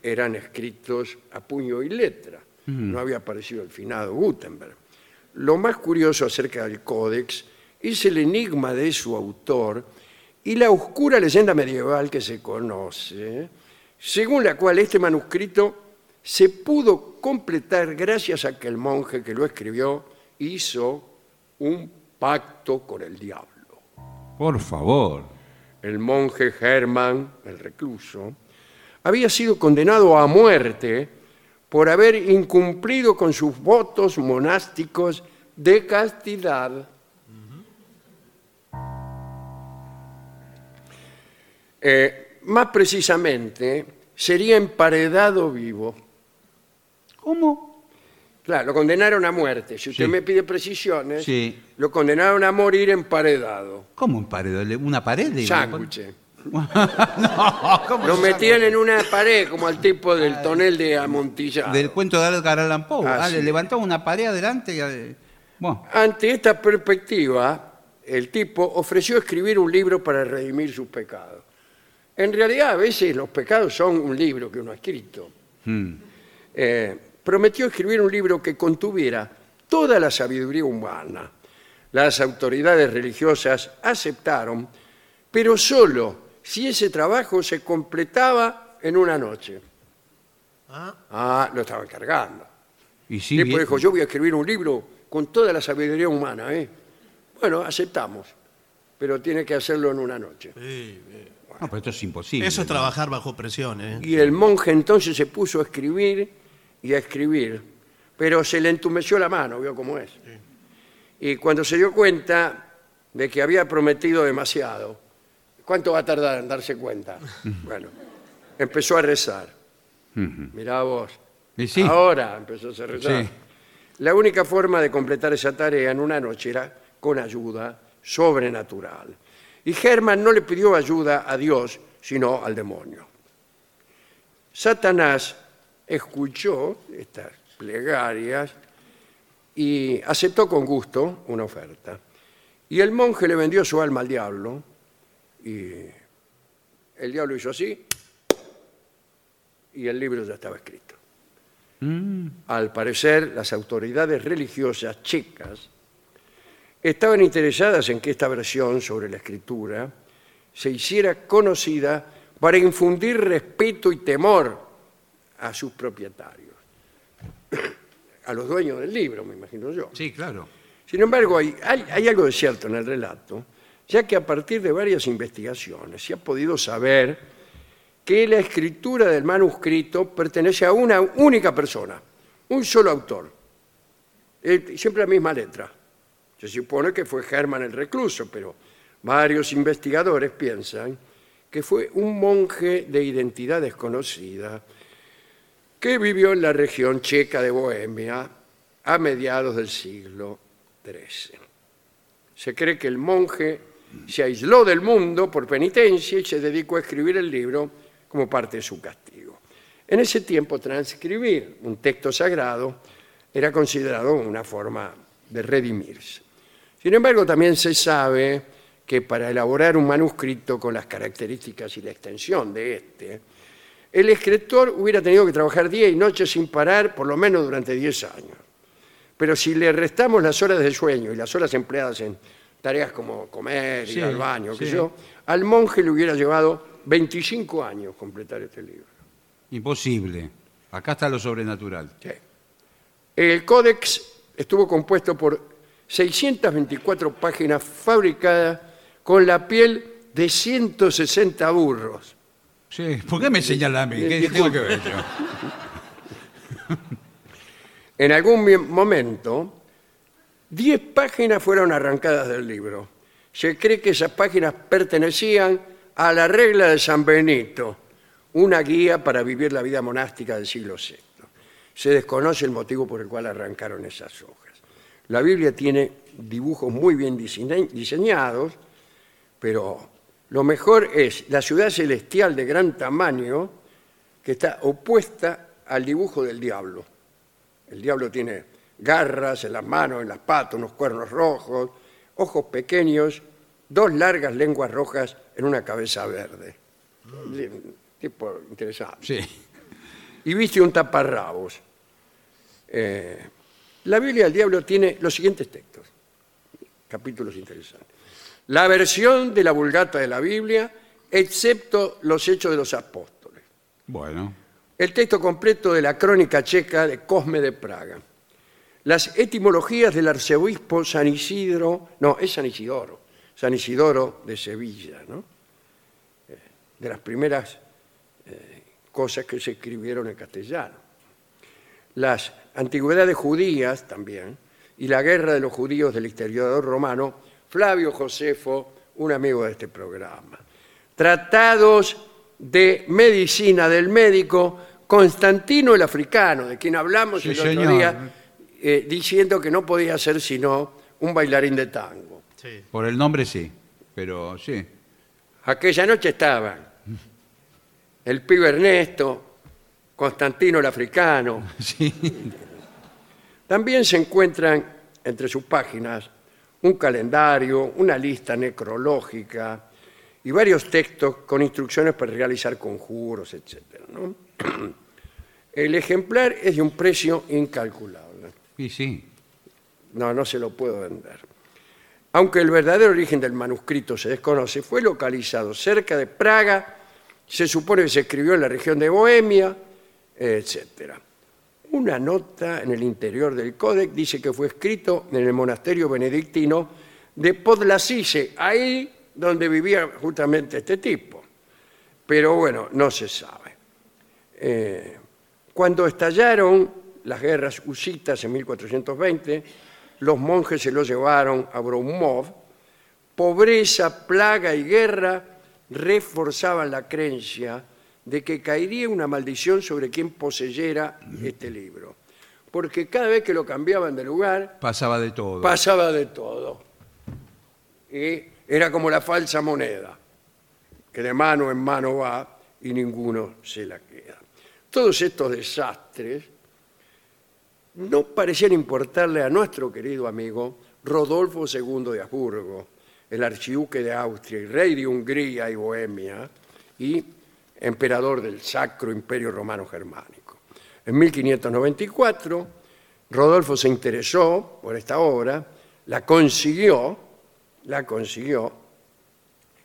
Speaker 2: eran escritos a puño y letra. No había aparecido el finado Gutenberg. Lo más curioso acerca del códex es el enigma de su autor y la oscura leyenda medieval que se conoce, según la cual este manuscrito se pudo completar gracias a que el monje que lo escribió hizo un pacto con el diablo
Speaker 4: Por favor.
Speaker 2: el monje Hermann, el recluso, había sido condenado a muerte por haber incumplido con sus votos monásticos de castidad. Eh, más precisamente, sería emparedado vivo.
Speaker 4: ¿Cómo?
Speaker 2: Claro, lo condenaron a muerte. Si usted
Speaker 4: Sí.
Speaker 2: me pide precisiones,
Speaker 4: Sí.
Speaker 2: lo condenaron a morir emparedado.
Speaker 4: ¿Cómo un pared? ¿Una pared? de-
Speaker 2: Sándwiches.
Speaker 4: No, ¿cómo
Speaker 2: Lo
Speaker 4: se
Speaker 2: metían en una pared, como al tipo del tonel de Amontillado.
Speaker 4: llama? Del cuento de Edgar Allan Poe.
Speaker 2: Ah,
Speaker 4: Ah, le
Speaker 2: sí.
Speaker 4: levantó una pared adelante. y, eh, Bueno,
Speaker 2: Ante esta perspectiva, el tipo ofreció escribir un libro para redimir sus pecados. En realidad, a veces los pecados son un libro que uno ha escrito.
Speaker 4: hmm.
Speaker 2: Eh, prometió escribir un libro que contuviera toda la sabiduría humana. Las autoridades religiosas aceptaron, pero solo si ese trabajo se completaba en una noche.
Speaker 3: Ah.
Speaker 2: Ah, lo estaban cargando.
Speaker 4: y sí,
Speaker 2: Tipo
Speaker 4: bien.
Speaker 2: dijo, yo voy a escribir un libro con toda la sabiduría humana. ¿eh? Bueno, aceptamos, pero tiene que hacerlo en una noche.
Speaker 4: No, pero esto es imposible.
Speaker 3: Eso es trabajar bajo presión, ¿eh?
Speaker 2: Y el monje entonces se puso a escribir y a escribir, pero se le entumeció la mano, vio cómo es. Y cuando se dio cuenta de que había prometido demasiado, ¿cuánto va a tardar en darse cuenta? Bueno, empezó a rezar. Mirá vos.
Speaker 4: Y sí.
Speaker 2: Ahora empezó a rezar.
Speaker 4: Sí.
Speaker 2: La única forma de completar esa tarea en una noche era con ayuda sobrenatural. Y Germán no le pidió ayuda a Dios, sino al demonio. Satanás escuchó estas plegarias y aceptó con gusto una oferta. Y el monje le vendió su alma al diablo y el diablo hizo así y el libro ya estaba escrito. Al parecer, las autoridades religiosas checas estaban interesadas en que esta versión sobre la escritura se hiciera conocida para infundir respeto y temor a sus propietarios, a los dueños del libro, me imagino yo.
Speaker 4: Sí, claro.
Speaker 2: Sin embargo, hay, hay- hay algo de cierto en el relato, ya que a partir de varias investigaciones se ha podido saber que la escritura del manuscrito pertenece a una única persona, un solo autor, Eh, siempre la misma letra, Se supone que fue Germán el recluso, pero varios investigadores piensan que fue un monje de identidad desconocida que vivió en la región checa de Bohemia a mediados del siglo XIII. Se cree que el monje se aisló del mundo por penitencia y se dedicó a escribir el libro como parte de su castigo. En ese tiempo transcribir un texto sagrado era considerado una forma de redimirse. Sin embargo, también se sabe que para elaborar un manuscrito con las características y la extensión de este, el escritor hubiera tenido que trabajar día y noche sin parar, por lo menos durante 10 años. Pero si le restamos las horas de sueño y las horas empleadas en tareas como comer, ir
Speaker 3: Sí,
Speaker 2: al baño, qué
Speaker 3: sí.
Speaker 2: sé yo, al monje le hubiera llevado 25 años completar este libro.
Speaker 4: Imposible. Acá está lo sobrenatural.
Speaker 2: Sí. El códex estuvo compuesto por 624 páginas fabricadas con la piel de 160 burros.
Speaker 4: Sí, ¿por qué me señala a mí? ¿Qué tengo que ver yo?
Speaker 2: En algún mi- momento, 10 páginas fueron arrancadas del libro. Se cree que esas páginas pertenecían a la regla de San Benito, una guía para vivir la vida monástica del siglo VI. Se desconoce el motivo por el cual arrancaron esas hojas. La Biblia tiene dibujos muy bien diseña- diseñados, pero lo mejor es la ciudad celestial de gran tamaño que está opuesta al dibujo del diablo. El diablo tiene garras en las manos, en las patas, unos cuernos rojos, ojos pequeños, dos largas lenguas rojas en una cabeza verde. Tipo interesante
Speaker 4: Sí.
Speaker 2: y viste un taparrabos. Eh, la Biblia del Diablo tiene los siguientes textos, capítulos interesantes. La versión de la vulgata de la Biblia, excepto los hechos de los apóstoles.
Speaker 4: Bueno.
Speaker 2: El texto completo de la crónica checa de Cosme de Praga. Las etimologías del arzobispo San Isidro, no, es San Isidoro, San Isidoro de Sevilla, ¿no? Eh, De las primeras eh, cosas que se escribieron en castellano. Las antigüedades judías también, y la guerra de los judíos del exterior romano, Flavio Josefo, un amigo de este programa. Tratados de medicina del médico Constantino el Africano, de quien hablamos
Speaker 4: Sí,
Speaker 2: el otro
Speaker 4: señor.
Speaker 2: día, eh, diciendo que no podía ser sino un bailarín de tango.
Speaker 3: Sí.
Speaker 4: Por el nombre sí, pero sí.
Speaker 2: Aquella noche estaban el pibe Ernesto, Constantino el africano. También se encuentran entre sus páginas un calendario, una lista necrológica y varios textos con instrucciones para realizar conjuros, etc. ¿no? El ejemplar es de un precio incalculable.
Speaker 4: Y sí.
Speaker 2: No, no se lo puedo vender. Aunque el verdadero origen del manuscrito se desconoce, fue localizado cerca de Praga, se supone que se escribió en la región de Bohemia, etc. Una nota en el interior del códex dice que fue escrito en el monasterio benedictino de Podlasice, ahí donde vivía justamente este tipo. Pero bueno, no se sabe. Eh, cuando estallaron las guerras husitas en 1420, los monjes se lo llevaron a Bromov. Pobreza, plaga y guerra reforzaban la creencia de que caería una maldición sobre quien poseyera este libro. Porque cada vez que lo cambiaban de lugar,
Speaker 4: Pasaba de todo.
Speaker 2: pasaba de todo. Y era como la falsa moneda, que de mano en mano va y ninguno se la queda. Todos estos desastres no parecían importarle a nuestro querido amigo Rodolfo II de Habsburgo, el archiduque de Austria y rey de Hungría y Bohemia y emperador del Sacro Imperio Romano Germánico. En 1594, Rodolfo se interesó por esta obra, la consiguió, la consiguió,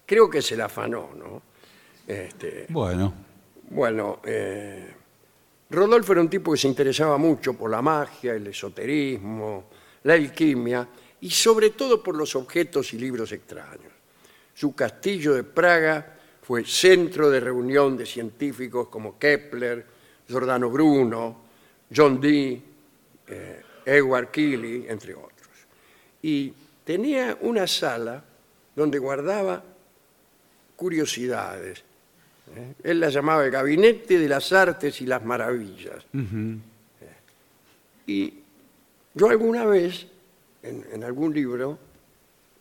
Speaker 2: creo que se la afanó, ¿no? Este,
Speaker 4: Bueno.
Speaker 2: bueno, eh, Rodolfo era un tipo que se interesaba mucho por la magia, el esoterismo, la alquimia y sobre todo por los objetos y libros extraños. Su castillo de Praga fue centro de reunión de científicos como Kepler, Giordano Bruno, John Dee, eh, Edward Keeley, entre otros. Y tenía una sala donde guardaba curiosidades. ¿eh? Él la llamaba el gabinete de las artes y las maravillas. Eh, Y yo alguna vez, en, en algún libro,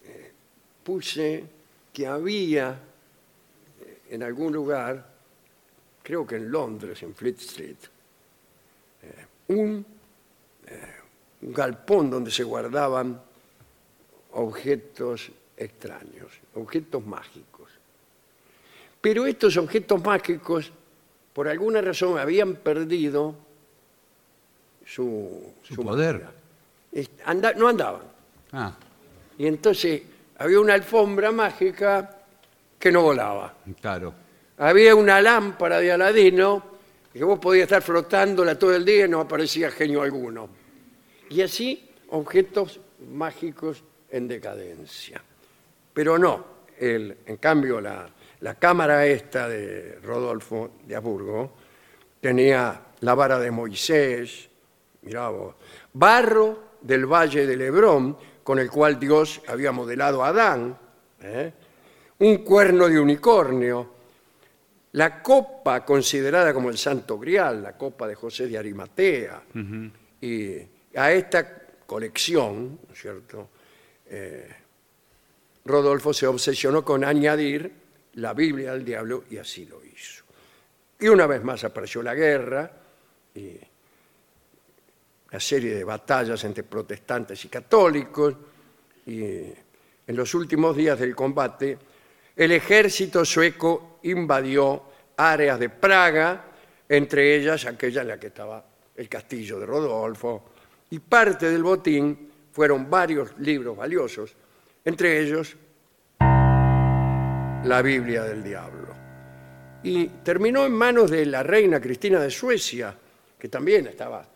Speaker 2: eh, puse que había eh, en algún lugar, creo que en Londres, en Fleet Street, eh, un, eh, un galpón donde se guardaban objetos extraños, objetos mágicos. Pero estos objetos mágicos, por alguna razón, habían perdido su,
Speaker 4: Su poder.
Speaker 2: magia. Es- anda- no andaban.
Speaker 4: Ah,
Speaker 2: Y entonces había una alfombra mágica que no volaba.
Speaker 4: claro.
Speaker 2: Había una lámpara de Aladino que vos podías estar flotándola todo el día y no aparecía genio alguno. Y así objetos mágicos en decadencia. Pero no, el- en cambio la, la cámara esta de Rodolfo de Aburgo tenía la vara de Moisés, mirá vos, barro del valle del Hebrón con el cual Dios había modelado a Adán, ¿eh? un cuerno de unicornio, la copa considerada como el santo grial, la copa de José de Arimatea, y a esta colección, ¿no es cierto? Eh, Rodolfo se obsesionó con añadir la Biblia al diablo y así lo hizo. Y una vez más apareció la guerra y una serie de batallas entre protestantes y católicos y en los últimos días del combate el ejército sueco invadió áreas de Praga, entre ellas aquella en la que estaba el castillo de Rodolfo, y parte del botín fueron varios libros valiosos, entre ellos la Biblia del Diablo. Y terminó en manos de la reina Cristina de Suecia, que también estaba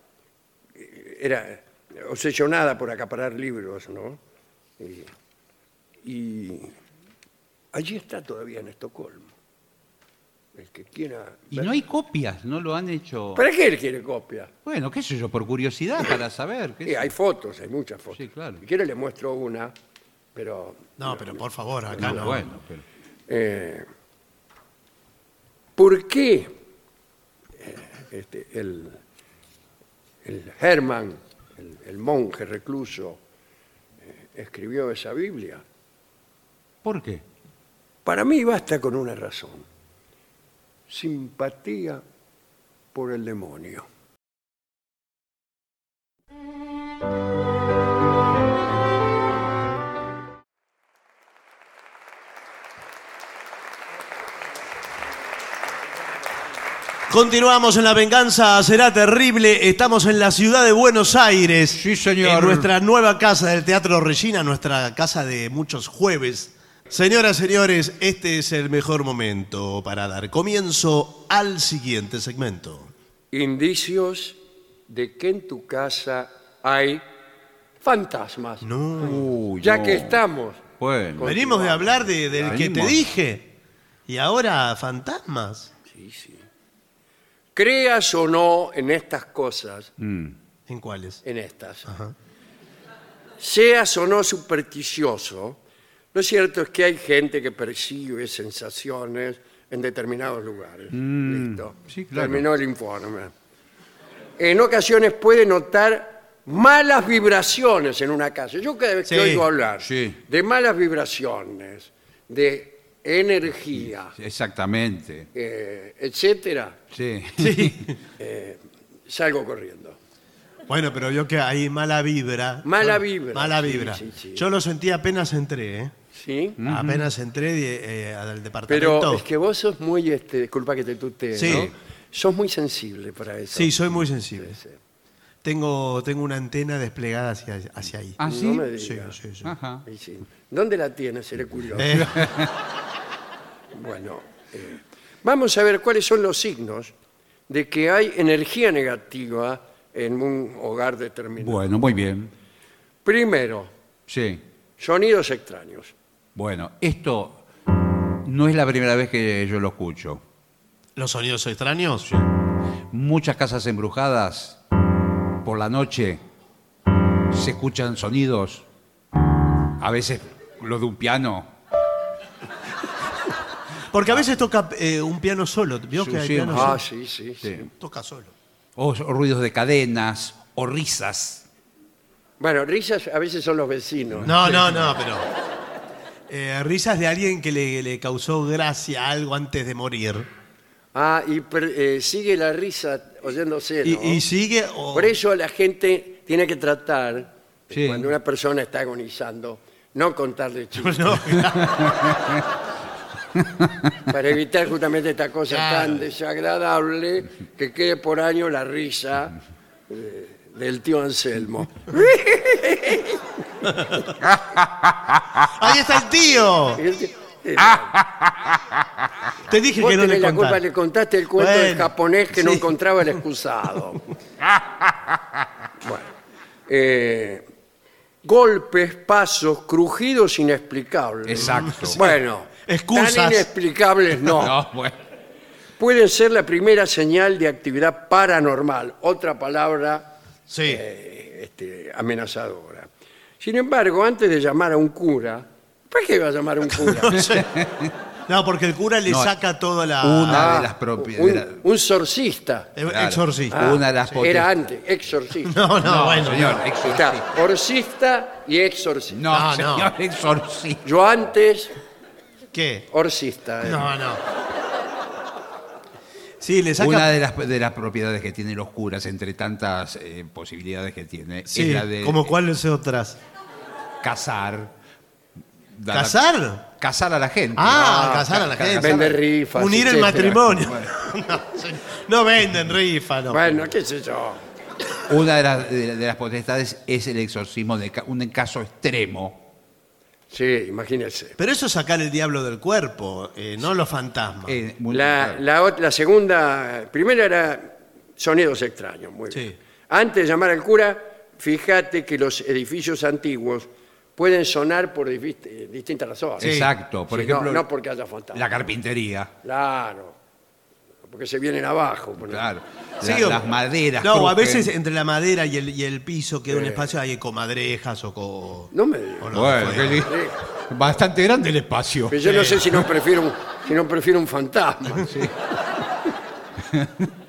Speaker 2: eh, era obsesionada por acaparar libros, ¿no? Eh, y allí está todavía en Estocolmo. El que quiera.
Speaker 4: Y
Speaker 2: ver-
Speaker 4: no hay copias, no lo han hecho.
Speaker 2: ¿Para qué él quiere copia?
Speaker 4: Bueno, qué sé yo, por curiosidad, para saber. qué
Speaker 2: Sí,
Speaker 4: sé
Speaker 2: hay
Speaker 4: yo.
Speaker 2: fotos, hay muchas fotos.
Speaker 4: Sí, claro.
Speaker 2: Si quiere le muestro una, pero
Speaker 3: No, pero por favor, acá no.
Speaker 4: Ah, Bueno, pero-
Speaker 2: eh, ¿por qué eh, este, el, el Herman, el, el monje recluso, eh, escribió esa Biblia?
Speaker 4: ¿Por qué?
Speaker 2: Para mí basta con una razón. Simpatía por el demonio.
Speaker 3: Continuamos en La Venganza Será Terrible. Estamos en la ciudad de Buenos Aires.
Speaker 4: Sí, señor.
Speaker 3: En nuestra nueva casa del Teatro Regina, nuestra casa de muchos jueves. Señoras, señores, este es el mejor momento para dar comienzo al siguiente segmento.
Speaker 2: Indicios de que en tu casa hay fantasmas.
Speaker 3: No.
Speaker 4: Uy,
Speaker 2: ya
Speaker 4: no.
Speaker 2: que estamos.
Speaker 4: Bueno,
Speaker 2: Con-
Speaker 3: Venimos de hablar de- del que te
Speaker 4: Venimos.
Speaker 3: dije. Y ahora, fantasmas.
Speaker 2: Sí, sí. Creas o no en estas cosas,
Speaker 3: ¿En cuáles?
Speaker 2: en estas,
Speaker 3: Ajá.
Speaker 2: seas o no supersticioso, lo cierto es que hay gente que percibe sensaciones en determinados lugares. Listo.
Speaker 4: Mm. sí, claro.
Speaker 2: Terminó el informe. En ocasiones puede notar malas vibraciones en una casa. Yo cada vez que
Speaker 3: Sí,
Speaker 2: oigo hablar
Speaker 4: sí.
Speaker 2: de malas vibraciones, de energía,
Speaker 4: exactamente.
Speaker 2: eh, etcétera,
Speaker 4: Sí.
Speaker 2: salgo corriendo.
Speaker 3: Bueno, pero yo que hay mala vibra.
Speaker 2: Mala
Speaker 3: Bueno,
Speaker 2: vibra,
Speaker 3: Mala
Speaker 2: sí,
Speaker 3: vibra.
Speaker 2: sí, sí.
Speaker 3: Yo lo sentí apenas entré, ¿eh?
Speaker 2: ¿Sí?
Speaker 3: Apenas entré de- eh, al
Speaker 2: Pero
Speaker 3: departamento.
Speaker 2: es que vos sos muy, este, disculpa que te tutee,
Speaker 3: Sí.
Speaker 2: ¿no? Sos muy sensible para eso.
Speaker 3: Sí, soy muy sensible.
Speaker 2: Sí, sí.
Speaker 3: Tengo, tengo una antena desplegada hacia, hacia ahí.
Speaker 4: ¿Ah, sí?
Speaker 2: No me
Speaker 3: Sí,
Speaker 2: digas.
Speaker 3: sí, sí.
Speaker 4: Ajá.
Speaker 2: Sí, sí. ¿Dónde la tienes? Seré curioso.
Speaker 3: Eh,
Speaker 2: Bueno, eh, vamos a ver cuáles son los signos de que hay energía negativa en un hogar determinado.
Speaker 4: Bueno, muy bien.
Speaker 2: Primero,
Speaker 4: Sí.
Speaker 2: sonidos extraños.
Speaker 4: Bueno, esto no es la primera vez que yo lo escucho.
Speaker 3: ¿Los sonidos extraños?
Speaker 4: Muchas casas embrujadas por la noche se escuchan sonidos A veces lo de un piano.
Speaker 3: Porque a veces toca eh, un piano solo. ¿Vio
Speaker 4: Sí,
Speaker 3: que hay
Speaker 4: sí.
Speaker 3: pianos
Speaker 2: Ah,
Speaker 3: solos?
Speaker 2: sí, sí, sí.
Speaker 4: sí.
Speaker 3: Toca solo.
Speaker 4: O, o ruidos de cadenas, o risas.
Speaker 2: Bueno, risas a veces son los vecinos.
Speaker 3: No, no, no, pero. eh, risas de alguien que le, le causó gracia algo antes de morir.
Speaker 2: Ah, y per- eh, sigue la risa oyéndose,
Speaker 3: Y,
Speaker 2: ¿no?
Speaker 3: y sigue. o-
Speaker 2: Por eso la gente tiene que tratar,
Speaker 4: Sí.
Speaker 2: cuando una persona está agonizando, no contarle chistes.
Speaker 3: No,
Speaker 2: para evitar justamente esta cosa
Speaker 3: Claro.
Speaker 2: tan desagradable que quede por año la risa eh, del tío Anselmo.
Speaker 3: ahí está el tío.
Speaker 2: Y el tío- eh,
Speaker 3: Te dije
Speaker 2: vos
Speaker 3: que no
Speaker 2: tenés
Speaker 3: le
Speaker 2: la culpa,
Speaker 3: contara.
Speaker 2: le contaste el cuento del
Speaker 3: Bueno,
Speaker 2: japonés que no
Speaker 3: sí.
Speaker 2: encontraba el excusado. bueno, eh, golpes, pasos, crujidos inexplicables.
Speaker 4: Exacto.
Speaker 2: Bueno,
Speaker 3: Excusas.
Speaker 2: tan inexplicables no.
Speaker 4: No, bueno.
Speaker 2: Pueden ser la primera señal de actividad paranormal. Otra palabra
Speaker 3: Sí.
Speaker 2: eh, este, amenazadora. Sin embargo, antes de llamar a un cura, ¿para qué va a llamar a un cura?
Speaker 3: No, porque el cura le
Speaker 4: No,
Speaker 3: saca toda la.
Speaker 4: una
Speaker 2: Ah,
Speaker 4: de las propiedades.
Speaker 2: un, un sorcista.
Speaker 3: Eh, Exorcista.
Speaker 4: Una de
Speaker 2: Ah,
Speaker 4: las
Speaker 2: Era
Speaker 4: potestades.
Speaker 2: antes, exorcista.
Speaker 3: No, no, bueno.
Speaker 4: Señor, exorcista.
Speaker 2: Está, orcista y exorcista.
Speaker 3: No,
Speaker 4: No,
Speaker 3: no.
Speaker 4: señor, exorcista.
Speaker 2: Yo antes,
Speaker 3: ¿Qué?
Speaker 2: orcista. eh.
Speaker 3: No, no. Sí, le saca.
Speaker 4: Una de las, de las propiedades que tienen los curas, entre tantas eh, posibilidades que tiene,
Speaker 3: Sí,
Speaker 4: es la de
Speaker 3: como
Speaker 4: eh,
Speaker 3: cuáles otras.
Speaker 4: cazar. Dar a-
Speaker 3: ¿Casar?
Speaker 4: Cazar a la gente.
Speaker 3: Ah, casar a la
Speaker 4: ca-
Speaker 3: gente.
Speaker 4: cazar a-
Speaker 2: Vender rifas.
Speaker 3: Unir el
Speaker 2: etcétera.
Speaker 3: matrimonio. No, sí, no venden rifa, no.
Speaker 2: Bueno, qué sé yo.
Speaker 4: Una de las, de- de las potestades es el exorcismo de ca- un caso extremo.
Speaker 2: Sí, imagínese.
Speaker 3: Pero eso es sacar el diablo del cuerpo, eh, no los fantasmas.
Speaker 4: eh, muy-
Speaker 2: La, la ot- la segunda, primera era sonidos extraños, muy
Speaker 3: Sí.
Speaker 2: bien. Antes de llamar al cura, fíjate que los edificios antiguos pueden sonar por difi- eh, distintas razones.
Speaker 4: Exacto, por
Speaker 2: Sí, no-
Speaker 4: ejemplo,
Speaker 2: No, porque haya fantasma.
Speaker 4: la carpintería.
Speaker 2: Claro, porque se vienen abajo. por
Speaker 4: Claro.
Speaker 3: Sí,
Speaker 4: La-
Speaker 3: o-
Speaker 4: las maderas.
Speaker 3: No, o a
Speaker 4: crujen.
Speaker 3: veces entre la madera y el, y el piso queda un espacio, hay comadrejas o. co-
Speaker 2: No me digas.
Speaker 3: o no,
Speaker 4: Bueno,
Speaker 3: fuera.
Speaker 4: qué li- bastante grande el espacio.
Speaker 2: Pero yo no sé si no prefiero un, si no prefiero un fantasma.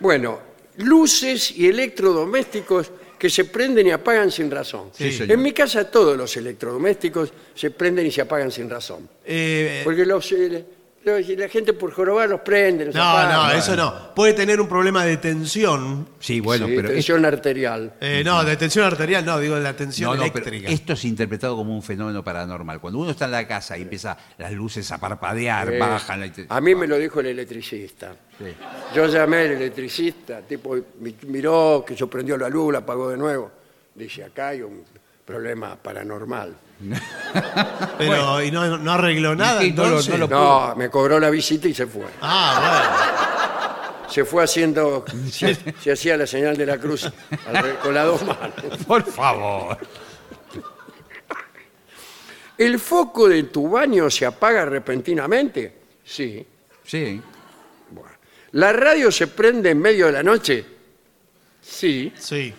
Speaker 2: bueno, luces y electrodomésticos que se prenden y apagan sin razón.
Speaker 4: Sí, señor.
Speaker 2: en mi casa todos los electrodomésticos se prenden y se apagan sin razón.
Speaker 3: Eh,
Speaker 2: Porque los, eh, los- la gente por jorobar los prende, los
Speaker 3: no,
Speaker 2: apaga.
Speaker 3: no, eso no. Puede tener un problema de tensión.
Speaker 4: Sí, bueno,
Speaker 2: Sí,
Speaker 4: pero.
Speaker 2: tensión arterial.
Speaker 3: Eh, no, de tensión arterial, no, digo de la tensión
Speaker 4: No, no, pero
Speaker 3: eléctrica.
Speaker 4: esto es interpretado como un fenómeno paranormal. Cuando uno está en la casa y empieza las luces a parpadear,
Speaker 2: Eh,
Speaker 4: bajan. la-
Speaker 2: a mí me lo dijo el electricista.
Speaker 4: Sí.
Speaker 2: Yo llamé al electricista, tipo mi- miró que yo prendió la luz, la apagó de nuevo. Dice, acá hay un problema paranormal.
Speaker 3: pero, ¿y no, no arregló nada?
Speaker 4: sí, no lo-
Speaker 3: entonces?
Speaker 4: no lo-
Speaker 2: No, me cobró la visita y se fue.
Speaker 3: Ah,
Speaker 2: Se fue haciendo, se, se hacía la señal de la cruz al- con las dos manos.
Speaker 4: Por favor.
Speaker 2: ¿El foco de tu baño se apaga repentinamente? Sí.
Speaker 4: Sí.
Speaker 2: Bueno. ¿La radio se prende en medio de la noche? Sí.
Speaker 3: bueno. Sí.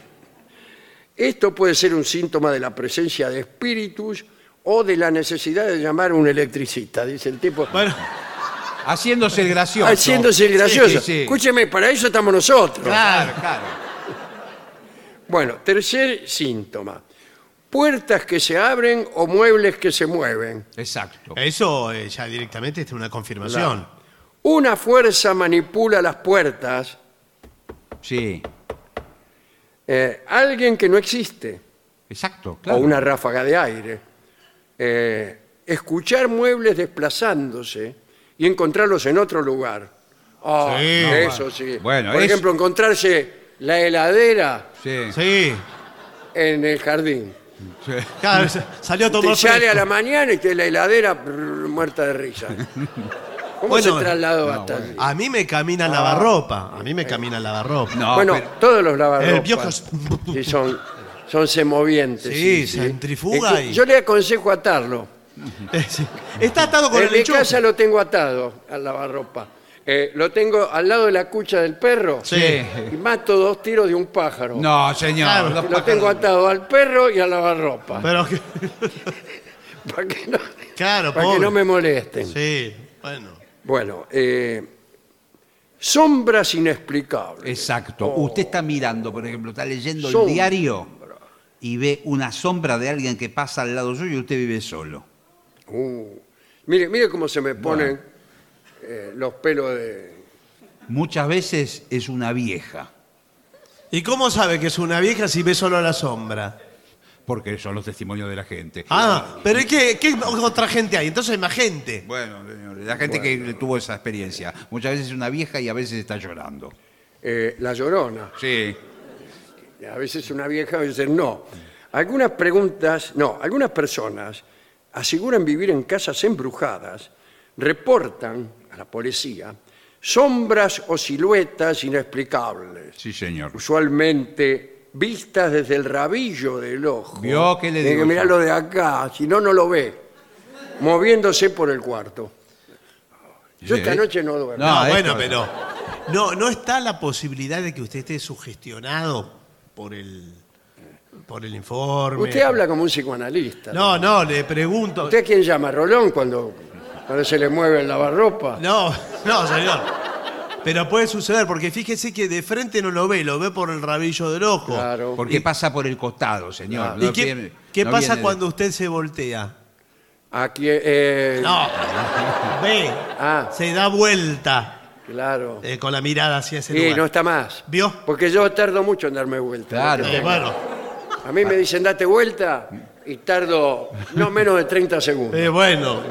Speaker 2: Esto puede ser un síntoma de la presencia de espíritus o de la necesidad de llamar a un electricista, dice el tipo.
Speaker 3: Bueno,
Speaker 4: Haciéndose el gracioso.
Speaker 2: Haciéndose el gracioso.
Speaker 4: Sí, sí, sí.
Speaker 2: Escúcheme, para eso estamos nosotros.
Speaker 4: Claro, claro.
Speaker 2: Bueno, tercer síntoma. Puertas que se abren o muebles que se mueven.
Speaker 4: Exacto.
Speaker 3: eso eh, ya directamente es una confirmación.
Speaker 2: Una fuerza manipula las puertas.
Speaker 4: Sí.
Speaker 2: eh, alguien que no existe.
Speaker 4: Exacto. Claro.
Speaker 2: O una ráfaga de aire. Eh, escuchar muebles desplazándose y encontrarlos en otro lugar. Ah,
Speaker 3: Sí.
Speaker 2: eso sí.
Speaker 4: Bueno,
Speaker 2: Por
Speaker 4: es-
Speaker 2: ejemplo, encontrarse la heladera
Speaker 4: Sí.
Speaker 3: Sí.
Speaker 2: en el jardín.
Speaker 4: sí.
Speaker 3: Claro, se- salió a
Speaker 2: Te
Speaker 3: tomar
Speaker 2: sale a
Speaker 3: fresco.
Speaker 2: la mañana y te la heladera brr, muerta de risa. ¿Cómo
Speaker 3: Bueno,
Speaker 2: se trasladó
Speaker 4: no,
Speaker 2: hasta allí?
Speaker 3: A mí me
Speaker 2: Ah.
Speaker 3: camina lavarropa. A mí me camina lavarropa.
Speaker 4: No,
Speaker 2: bueno,
Speaker 4: pero-
Speaker 2: todos los
Speaker 3: Ah, El viejo
Speaker 2: lavarropas
Speaker 3: es-
Speaker 2: sí, son, son semovientes.
Speaker 3: Sí, centrifuga
Speaker 2: Eh,
Speaker 3: y-
Speaker 2: Yo le aconsejo atarlo.
Speaker 3: Sí. Está atado con
Speaker 2: en
Speaker 3: el
Speaker 2: mi
Speaker 3: lechuga.
Speaker 2: casa lo tengo atado al lavarropa. eh, lo tengo al lado de la cucha del perro
Speaker 3: Sí.
Speaker 2: y mato dos tiros de un pájaro.
Speaker 4: No, señor.
Speaker 3: Claro,
Speaker 4: los
Speaker 2: lo
Speaker 4: pájaros-
Speaker 2: tengo atado al perro y a lavarropa.
Speaker 3: Pero que-
Speaker 2: Para que no,
Speaker 3: Claro,
Speaker 2: para que
Speaker 3: pobre.
Speaker 2: no me molesten.
Speaker 3: Sí, bueno.
Speaker 2: Bueno, eh, sombras inexplicables.
Speaker 4: Exacto.
Speaker 2: Oh.
Speaker 4: Usted está mirando, por ejemplo, está leyendo
Speaker 2: Sombra.
Speaker 4: el diario y ve una sombra de alguien que pasa al lado suyo y usted vive solo.
Speaker 2: Uh, mire, mire cómo se me ponen eh, los pelos de...
Speaker 4: Muchas veces es una vieja,
Speaker 3: ¿Y cómo sabe que es una vieja si ve solo a la sombra?
Speaker 4: porque son los testimonios de la gente.
Speaker 3: Ah, pero ¿y qué, qué otra gente hay? Entonces hay más gente.
Speaker 4: Bueno, señores, la gente que tuvo esa experiencia. Muchas veces es una vieja y a veces está llorando.
Speaker 2: eh, la llorona.
Speaker 4: Sí.
Speaker 2: A veces una vieja, a veces no. Algunas preguntas, no, algunas personas aseguran vivir en casas embrujadas, reportan a la policía sombras o siluetas inexplicables,
Speaker 4: Sí, señor.
Speaker 2: usualmente vistas desde el rabillo del ojo.
Speaker 4: ¿Vio? ¿Qué le
Speaker 2: Tiene que
Speaker 4: digo yo?
Speaker 2: mirarlo de acá, si no, no lo ve, moviéndose por el cuarto. Yo
Speaker 4: Sí.
Speaker 2: esta noche no duermo.
Speaker 4: No,
Speaker 3: No, bueno,
Speaker 4: esto-
Speaker 3: pero no, no está la posibilidad de que usted esté sugestionado por el por el informe.
Speaker 2: Usted habla como un psicoanalista.
Speaker 3: No, no, le pregunto.
Speaker 2: ¿Usted a quién llama? ¿Rolón cuando, cuando se le mueve el lavarropa?
Speaker 3: No, no, señor. Pero puede suceder porque fíjese que de frente no lo ve, lo ve por el rabillo del ojo.
Speaker 2: Claro.
Speaker 4: Porque pasa por el costado, señor.
Speaker 3: Ah. ¿Y
Speaker 4: No
Speaker 3: qué,
Speaker 4: viene-
Speaker 3: qué
Speaker 4: no
Speaker 3: pasa
Speaker 4: viene de-
Speaker 3: cuando usted se voltea?
Speaker 2: Aquí, eh,
Speaker 3: No, ve,
Speaker 2: Ah.
Speaker 3: se da vuelta
Speaker 2: claro.
Speaker 3: eh, con la mirada hacia ese
Speaker 2: Y
Speaker 3: lugar.
Speaker 2: no está más.
Speaker 3: ¿Vio?
Speaker 2: Porque yo tardo mucho en darme vuelta.
Speaker 4: Claro.
Speaker 3: Eh, bueno,
Speaker 2: A mí me dicen date vuelta y tardo no menos de 30 segundos.
Speaker 3: eh, bueno.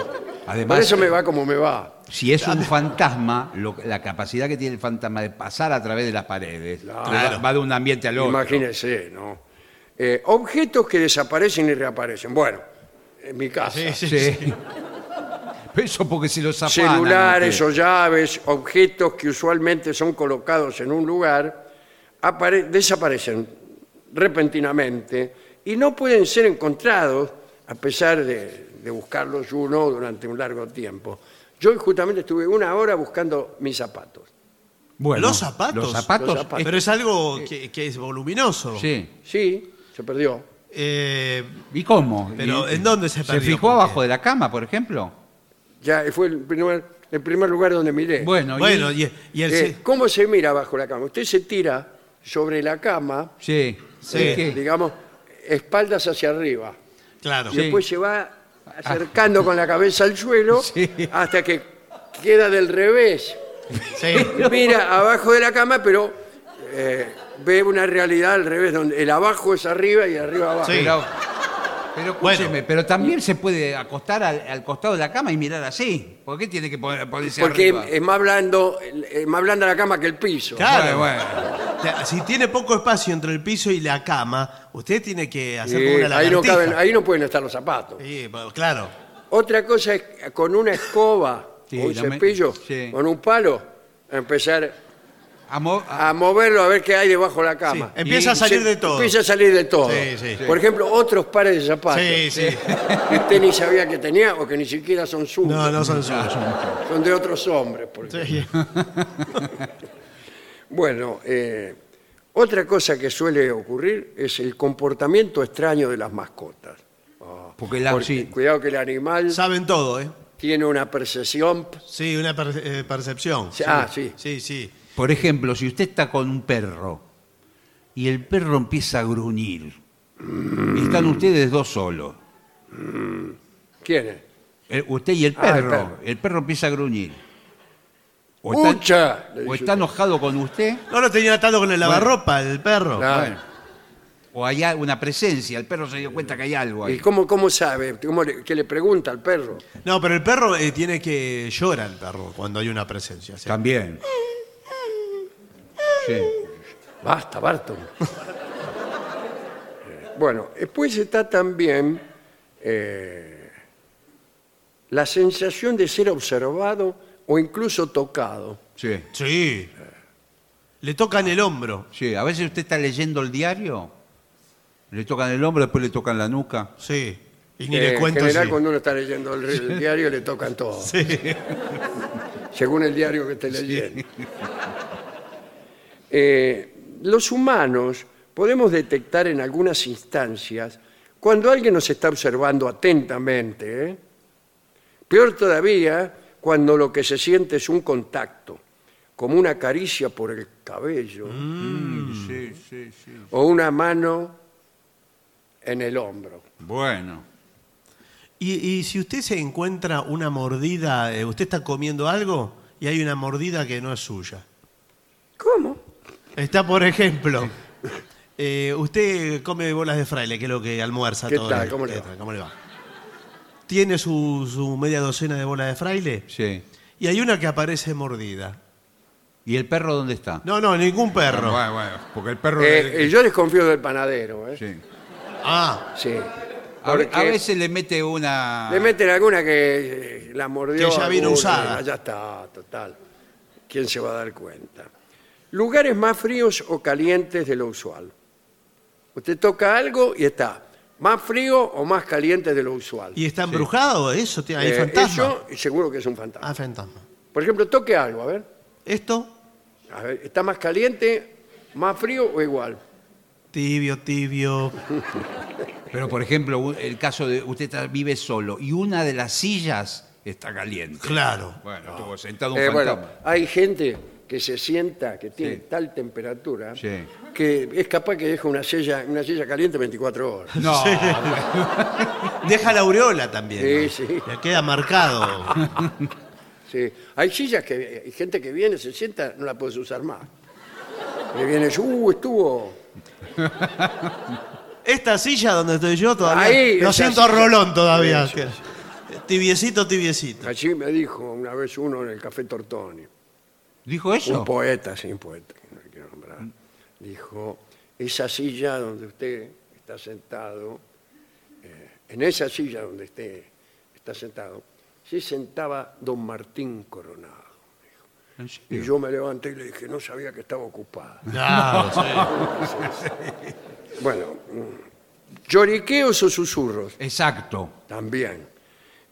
Speaker 4: Además,
Speaker 2: Por eso me va como me va.
Speaker 4: si es un fantasma, lo- la capacidad que tiene el fantasma de pasar a través de las paredes,
Speaker 3: Claro.
Speaker 4: va, va de un ambiente al otro.
Speaker 2: Imagínese, ¿no? Eh, objetos que desaparecen y reaparecen. Bueno, en mi casa.
Speaker 3: Sí, sí,
Speaker 4: Sí.
Speaker 3: sí.
Speaker 4: Eso porque si los afanan.
Speaker 2: Celulares
Speaker 4: ¿no?
Speaker 2: o llaves, objetos que usualmente son colocados en un lugar, apare- desaparecen repentinamente y no pueden ser encontrados a pesar de, de buscarlos uno durante un largo tiempo. Yo hoy justamente estuve una hora buscando mis zapatos.
Speaker 4: Bueno,
Speaker 3: Los zapatos.
Speaker 4: Los zapatos.
Speaker 2: Los zapatos.
Speaker 4: es-
Speaker 3: Pero es algo que, que es voluminoso.
Speaker 4: sí.
Speaker 2: Sí, se perdió.
Speaker 3: Eh,
Speaker 4: ¿Y cómo?
Speaker 3: Pero,
Speaker 4: ¿Y-
Speaker 3: ¿en dónde se
Speaker 4: ¿Se
Speaker 3: perdió?
Speaker 4: fijó
Speaker 3: ¿Por qué?
Speaker 4: abajo de la cama, por ejemplo?
Speaker 2: Ya fue el primer, el primer lugar donde miré.
Speaker 4: Bueno, y-
Speaker 3: Eh, bueno, y, y el...
Speaker 2: Eh, ¿Cómo se mira bajo la cama? Usted se tira sobre la cama, eh,
Speaker 4: Sí.
Speaker 3: Sí.
Speaker 4: ¿Es que-
Speaker 2: digamos, espaldas hacia arriba.
Speaker 3: Claro.
Speaker 2: Y después se va acercando con la cabeza al suelo
Speaker 4: Sí.
Speaker 2: hasta que queda del revés.
Speaker 3: Sí.
Speaker 2: Mira abajo de la cama, pero eh, ve una realidad al revés, donde el abajo es arriba y arriba abajo.
Speaker 3: Sí.
Speaker 4: Pero, pero
Speaker 3: Bueno.
Speaker 4: escúcheme, pero también se puede acostar al, al costado de la cama y mirar así. ¿Por qué tiene que poner- ponerse
Speaker 2: Porque eh,
Speaker 4: arriba?
Speaker 2: es más blando, es más blanda la cama que el piso.
Speaker 3: Claro.
Speaker 4: Bueno, bueno.
Speaker 3: O sea, Si tiene poco espacio entre el piso y la cama, usted tiene que hacer
Speaker 2: Sí,
Speaker 3: como una
Speaker 2: ahí, no
Speaker 3: lagartija.
Speaker 2: caben- ahí no pueden estar los zapatos.
Speaker 3: Sí, bueno, claro.
Speaker 2: Otra cosa es con una escoba
Speaker 4: Sí,
Speaker 2: o un
Speaker 4: la me-
Speaker 2: cepillo,
Speaker 4: sí.
Speaker 2: con un palo, empezar
Speaker 4: A mo- a-
Speaker 2: a moverlo a ver qué hay debajo de la cama.
Speaker 3: Sí, empieza a salir de todo.
Speaker 2: Empieza a salir de todo.
Speaker 3: Sí, sí.
Speaker 2: Por ejemplo, otros pares de zapatos.
Speaker 3: Sí, sí.
Speaker 2: Que usted ni sabía que tenía o que ni siquiera son suyos.
Speaker 3: No, no son suyos.
Speaker 2: Son de otros hombres. por ejemplo.
Speaker 3: Sí.
Speaker 2: Bueno, eh, otra cosa que suele ocurrir es el comportamiento extraño de las mascotas.
Speaker 4: porque la,
Speaker 2: Ah, Porque
Speaker 4: sí,
Speaker 2: Cuidado que el animal
Speaker 3: Saben todo, ¿eh?
Speaker 2: tiene una percepción.
Speaker 3: Sí, una per- eh, percepción.
Speaker 2: Ah, sí.
Speaker 3: Sí, sí.
Speaker 4: Por ejemplo, si usted está con un perro y el perro empieza a gruñir, y están ustedes dos solos,
Speaker 2: ¿Quién es?
Speaker 4: el- Eh, usted y el
Speaker 2: Ah, el
Speaker 4: perro, el
Speaker 2: perro.
Speaker 4: perro, empieza a gruñir. O está,
Speaker 2: ¡Pucha! le dice
Speaker 4: o está
Speaker 2: usted.
Speaker 4: enojado con usted,
Speaker 3: No lo tenía atado con el lavarropa, el perro.
Speaker 2: Claro.
Speaker 4: o hay una presencia, el perro se dio cuenta que hay algo
Speaker 2: ¿Y
Speaker 4: ahí.
Speaker 2: cómo, cómo sabe? ¿Cómo le- ¿Qué le pregunta al perro?
Speaker 3: No, pero el perro eh, tiene que llorar el perro cuando hay una presencia. sí.
Speaker 4: También. Sí.
Speaker 2: Basta, Barton. bueno, después está también eh, la sensación de ser observado o incluso tocado.
Speaker 4: Sí,
Speaker 3: Sí. Le tocan el hombro.
Speaker 4: sí. A veces usted está leyendo el diario, le tocan el hombro, después le tocan la nuca.
Speaker 3: Sí. Y ni
Speaker 2: Eh,
Speaker 3: le cuento
Speaker 2: en general,
Speaker 3: si-
Speaker 2: cuando uno está leyendo el, el diario, le tocan todo.
Speaker 3: Sí.
Speaker 2: según el diario que esté leyendo. Eh, los humanos podemos detectar en algunas instancias cuando alguien nos está observando atentamente. ¿eh? Peor todavía cuando lo que se siente es un contacto, como una caricia por el cabello
Speaker 4: Sí, sí, sí.
Speaker 2: o una mano en el hombro.
Speaker 4: Bueno.
Speaker 3: Y, y si usted se encuentra una mordida, eh, usted está comiendo algo y hay una mordida que no es suya.
Speaker 2: ¿Cómo?
Speaker 3: Está, por ejemplo, eh, usted come bolas de fraile, que es lo que almuerza
Speaker 2: ¿Qué
Speaker 3: todo
Speaker 2: tal?
Speaker 3: el-
Speaker 2: ¿Cómo le
Speaker 3: ¿Qué
Speaker 2: va?
Speaker 3: tal? ¿Cómo le va? Tiene su, su media docena de bolas de fraile
Speaker 4: Sí.
Speaker 3: y hay una que aparece mordida.
Speaker 4: ¿Y el perro dónde está?
Speaker 3: No, no, ningún perro.
Speaker 4: Bueno, bueno, porque el perro.
Speaker 2: Eh, eh, yo desconfío del panadero. ¿eh? Sí.
Speaker 4: Sí.
Speaker 3: Ah,
Speaker 4: A, ve- a
Speaker 2: Porque-
Speaker 4: veces le mete una.
Speaker 2: Le meten alguna que eh, la mordió.
Speaker 3: Que ya vino
Speaker 2: alguna, ah,
Speaker 3: usada.
Speaker 2: Ya está, total. ¿Quién se va a dar cuenta? Lugares más fríos o calientes de lo usual. Usted toca algo y está más frío o más caliente de lo usual.
Speaker 3: ¿y está embrujado eso? ¿Tiene- ¿Hay
Speaker 2: Eh,
Speaker 3: fantasma?
Speaker 2: eso, seguro que es un fantasma.
Speaker 3: Ah, fantasma.
Speaker 2: Por ejemplo, toque algo, a ver.
Speaker 3: Esto,
Speaker 2: A ver, ¿está más caliente, más frío o igual?
Speaker 3: tibio, tibio.
Speaker 4: Pero por ejemplo, u- el caso de usted está- vive solo y una de las sillas está caliente.
Speaker 3: Claro.
Speaker 4: Bueno, estuvo sentado un
Speaker 2: Eh, bueno,
Speaker 4: fantasma.
Speaker 2: hay gente que se sienta, que tiene
Speaker 4: Sí.
Speaker 2: tal temperatura,
Speaker 4: Sí.
Speaker 2: que es capaz que deja una silla, una silla caliente 24 horas.
Speaker 4: No,
Speaker 3: Deja la aureola también.
Speaker 2: Sí,
Speaker 3: ¿no?
Speaker 2: sí.
Speaker 3: Le queda marcado.
Speaker 2: Sí. Hay sillas que eh, hay gente que viene, se sienta, no la puedes usar más. Y vienes, uh, estuvo.
Speaker 3: Esta silla donde estoy yo todavía.
Speaker 2: Ahí,
Speaker 3: lo
Speaker 2: esa
Speaker 3: siento a
Speaker 2: silla.
Speaker 3: Rolón todavía.
Speaker 2: Sí,
Speaker 3: Tibiecito, tibiecito.
Speaker 2: Así me dijo una vez uno en el Café Tortoni.
Speaker 4: dijo eso.
Speaker 2: Un poeta, sí, un poeta, que no le quiero nombrar. Dijo, esa silla donde usted está sentado, eh, en esa silla donde usted está sentado, se sentaba don Martín Coronado.
Speaker 4: ¿En
Speaker 2: Y
Speaker 4: serio?
Speaker 2: yo me levanté y le dije, no sabía que estaba ocupada.
Speaker 3: Claro, sí.
Speaker 2: Bueno, mm, lloriqueos o susurros,
Speaker 4: Exacto.
Speaker 2: también.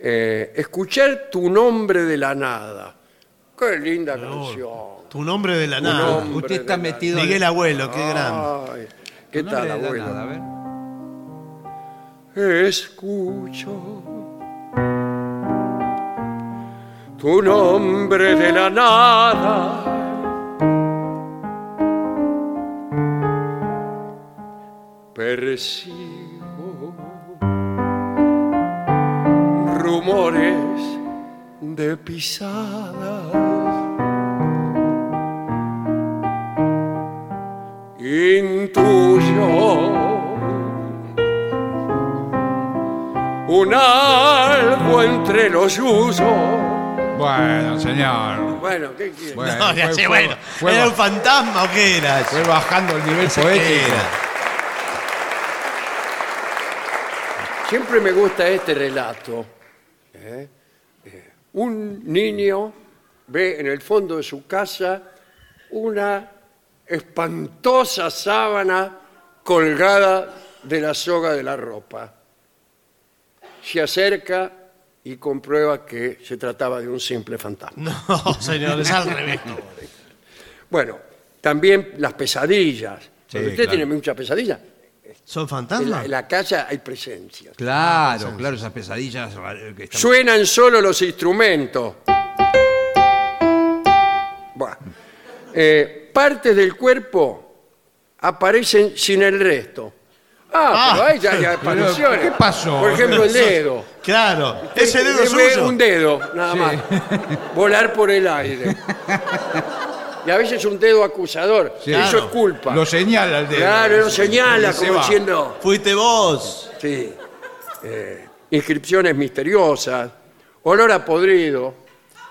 Speaker 2: Eh, escuchar tu nombre de la nada. Qué linda canción.
Speaker 3: Tu nombre de la nada.
Speaker 2: hombre
Speaker 4: Ah, usted está
Speaker 2: de la- Ah,
Speaker 4: metido. en-
Speaker 3: Miguel Abuelo, qué grande.
Speaker 2: Ay, ¿Qué
Speaker 4: No
Speaker 2: tal,
Speaker 4: le da
Speaker 2: abuelo?
Speaker 4: nada, a ver.
Speaker 2: Escucho tu nombre de la nada. Percibo rumores de pisadas. Intuyo un algo entre los usos.
Speaker 4: Bueno, señor.
Speaker 2: Bueno, ¿qué quiere?
Speaker 4: Bueno,
Speaker 3: No, ya
Speaker 4: fue-
Speaker 3: sé,
Speaker 4: fue-
Speaker 3: bueno,
Speaker 4: fue-
Speaker 3: ¿Era un fantasma o qué era?
Speaker 4: Fue bajando el nivel
Speaker 3: ¿Qué
Speaker 4: poético.
Speaker 3: era?
Speaker 2: Siempre me gusta este relato. ¿eh? Eh, Un niño ve en el fondo de su casa una espantosa sábana colgada de la soga de la ropa. Se acerca y comprueba que se trataba de un simple fantasma.
Speaker 3: No, señores, al revés.
Speaker 2: Bueno, también las pesadillas.
Speaker 4: Sí,
Speaker 2: Usted
Speaker 4: claro.
Speaker 2: tiene muchas pesadillas.
Speaker 3: ¿Son
Speaker 2: En la,
Speaker 3: fantasmas?
Speaker 2: en la casa hay presencias.
Speaker 4: Claro, claro, esas pesadillas ra- que están-
Speaker 2: Suenan solo los instrumentos. Buah. Eh, partes del cuerpo aparecen sin el resto. Ah,
Speaker 3: Ah,
Speaker 2: pero ahí ya hay apariciones.
Speaker 4: ¿qué pasó?
Speaker 2: Por ejemplo, el dedo.
Speaker 3: Claro, ese dedo
Speaker 2: Le
Speaker 3: es
Speaker 2: ve
Speaker 3: suyo.
Speaker 2: Un dedo, nada más. Volar por el aire. Y a veces un dedo acusador.
Speaker 4: Sí.
Speaker 2: Eso
Speaker 3: Claro.
Speaker 2: es culpa.
Speaker 4: Lo señala el dedo.
Speaker 2: Claro, lo señala
Speaker 4: Se
Speaker 2: como
Speaker 4: va.
Speaker 2: diciendo.
Speaker 3: Fuiste vos.
Speaker 2: Sí. Eh, inscripciones misteriosas, olor a podrido,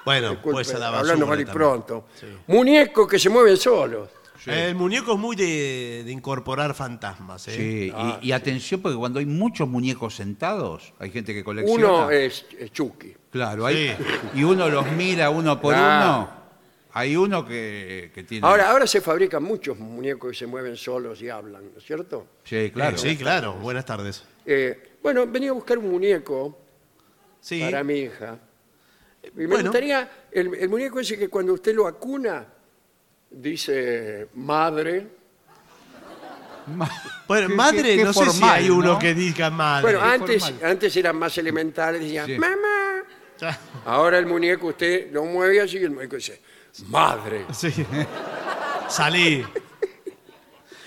Speaker 3: Bueno,
Speaker 2: culpa-
Speaker 3: pues a la basura.
Speaker 2: hablando mal y
Speaker 3: también.
Speaker 2: pronto. Muñecos que se mueven solos.
Speaker 3: El muñeco es muy de, de incorporar fantasmas. ¿eh?
Speaker 4: Sí, y, y atención porque cuando hay muchos muñecos sentados, hay gente que colecciona.
Speaker 2: Uno es, es Chucky.
Speaker 4: Claro, hay,
Speaker 3: Sí.
Speaker 4: y uno los mira uno por
Speaker 2: Claro.
Speaker 4: uno. Hay uno que, que tiene.
Speaker 2: Ahora, ahora se fabrican muchos muñecos que se mueven solos y hablan, ¿no es cierto?
Speaker 4: sí,
Speaker 3: Claro.
Speaker 4: claro.
Speaker 3: Sí, claro. Buenas tardes.
Speaker 2: Eh, bueno, venía a buscar un muñeco
Speaker 3: Sí.
Speaker 2: para mi hija. Y Me
Speaker 3: Bueno.
Speaker 2: gustaría el, el muñeco ese que cuando usted lo acuna dice madre.
Speaker 3: Bueno,
Speaker 4: Qué-
Speaker 3: madre,
Speaker 4: qué- qué
Speaker 3: no sé si
Speaker 4: formal,
Speaker 3: hay uno
Speaker 4: ¿no?
Speaker 3: que diga madre.
Speaker 2: Bueno,
Speaker 4: es
Speaker 2: antes,
Speaker 4: formal.
Speaker 2: antes eran más elementales, decían
Speaker 4: Sí.
Speaker 2: mamá.
Speaker 3: Ya,
Speaker 2: Ahora el muñeco usted lo mueve así y el muñeco dice madre.
Speaker 3: sí. Salí.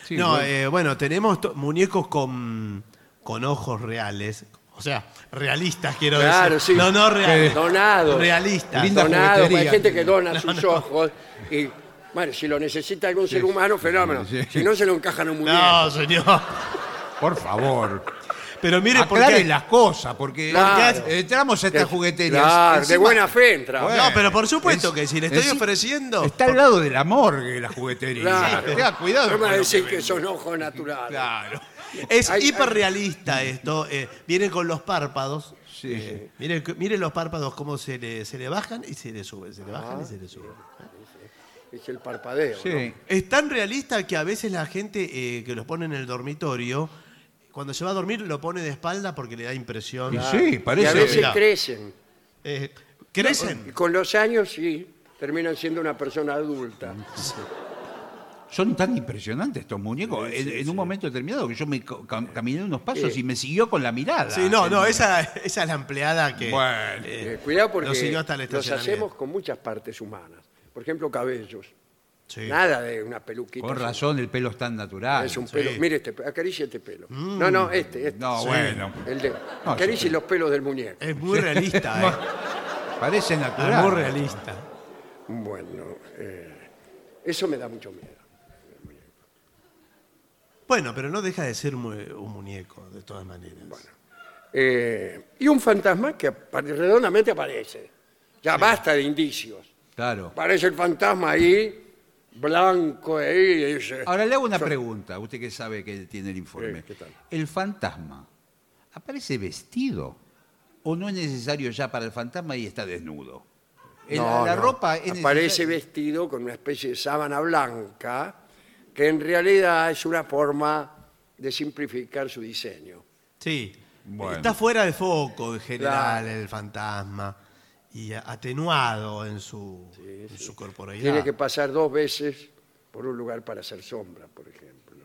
Speaker 4: Sí,
Speaker 3: no,
Speaker 4: bueno.
Speaker 3: eh, bueno, tenemos to- muñecos con, con ojos reales. O sea, realistas, quiero
Speaker 2: Claro,
Speaker 3: decir.
Speaker 2: sí.
Speaker 3: No, no reales.
Speaker 2: Donados.
Speaker 3: Realistas.
Speaker 4: Linda
Speaker 2: Donados, hay
Speaker 4: juguetería.
Speaker 2: gente que dona sus ojos y bueno, si lo necesita algún ser humano, fenómeno.
Speaker 4: Sí.
Speaker 2: Si no se lo encajan a un muñeco.
Speaker 3: No, señor.
Speaker 4: Por favor.
Speaker 3: Pero mire, por
Speaker 4: Aclaren
Speaker 3: qué.
Speaker 4: las cosas, porque
Speaker 2: Claro.
Speaker 4: porque entramos a estas jugueterías.
Speaker 2: Claro, de
Speaker 4: Encima-
Speaker 2: buena fe entra.
Speaker 4: Bueno,
Speaker 3: No, pero por supuesto
Speaker 4: es-
Speaker 3: que si le estoy
Speaker 4: es-
Speaker 3: ofreciendo.
Speaker 4: Está al lado de la morgue la juguetería.
Speaker 2: Claro.
Speaker 4: Tenga cuidado.
Speaker 2: No me
Speaker 4: con
Speaker 2: va a
Speaker 4: lo
Speaker 2: decir
Speaker 4: que
Speaker 2: que
Speaker 4: vende.
Speaker 2: son ojos naturales.
Speaker 4: Claro.
Speaker 3: Es
Speaker 2: Hay- hay-
Speaker 3: hiperrealista esto. eh, viene con los párpados.
Speaker 4: Sí.
Speaker 3: Eh, mire, mire los párpados cómo se le, se le bajan y se le suben. Se le bajan y se le suben.
Speaker 2: Es el parpadeo.
Speaker 4: Sí.
Speaker 3: Es tan realista que a veces la gente eh, que los pone en el dormitorio, cuando se va a dormir lo pone de espalda porque le da impresión.
Speaker 4: Y
Speaker 3: Ah,
Speaker 4: sí,
Speaker 2: ¿no? Y a
Speaker 4: parece.
Speaker 2: veces
Speaker 3: Mirá.
Speaker 2: crecen.
Speaker 3: eh,
Speaker 2: Y
Speaker 3: crecen.
Speaker 2: con los años sí, terminan siendo una persona adulta.
Speaker 4: Son tan impresionantes estos muñecos. en, en un momento determinado que yo me co- cam- caminé unos pasos
Speaker 2: Sí.
Speaker 4: y me siguió con la mirada.
Speaker 3: Sí, no, no, esa, esa es la empleada que...
Speaker 4: Bueno.
Speaker 3: eh,
Speaker 2: Eh, cuidado
Speaker 3: Los
Speaker 2: porque
Speaker 3: siguió hasta el
Speaker 2: los
Speaker 3: estacionamiento.
Speaker 2: hacemos con muchas partes humanas. Por ejemplo, cabellos.
Speaker 3: Sí.
Speaker 2: Nada de una peluquita.
Speaker 4: Con razón, el pelo es tan natural.
Speaker 2: Es un pelo. Mire este, pe- acaricia este pelo. No, no, este, este.
Speaker 4: Mm. No, bueno.
Speaker 2: El de,
Speaker 4: No,
Speaker 2: acaricie
Speaker 4: sí.
Speaker 2: los pelos del muñeco.
Speaker 3: Es muy realista, eh.
Speaker 4: Parece
Speaker 3: Es
Speaker 4: natural.
Speaker 3: muy realista.
Speaker 2: Bueno, eh, eso me da mucho miedo.
Speaker 3: Bueno, pero no deja de ser mu- un muñeco, de todas maneras.
Speaker 2: Eh, y un fantasma que apa- redondamente aparece. Ya basta de indicios.
Speaker 4: Claro.
Speaker 2: Aparece el fantasma ahí, blanco ahí, y dice,
Speaker 4: Ahora le hago una pregunta, usted que sabe que tiene el informe.
Speaker 2: Eh, ¿qué tal?
Speaker 4: El fantasma, ¿aparece vestido? ¿O no es necesario ya para el fantasma y está desnudo? El-
Speaker 2: No,
Speaker 4: la
Speaker 2: no.
Speaker 4: ropa es
Speaker 2: Aparece
Speaker 4: necesaria.
Speaker 2: vestido con una especie de sábana blanca, que en realidad es una forma de simplificar su diseño.
Speaker 3: Sí.
Speaker 4: Bueno.
Speaker 3: Está fuera de foco en general
Speaker 2: Claro.
Speaker 3: el fantasma y a- atenuado en su, en su corporeidad.
Speaker 2: Tiene que pasar dos veces por un lugar para hacer sombra, por ejemplo.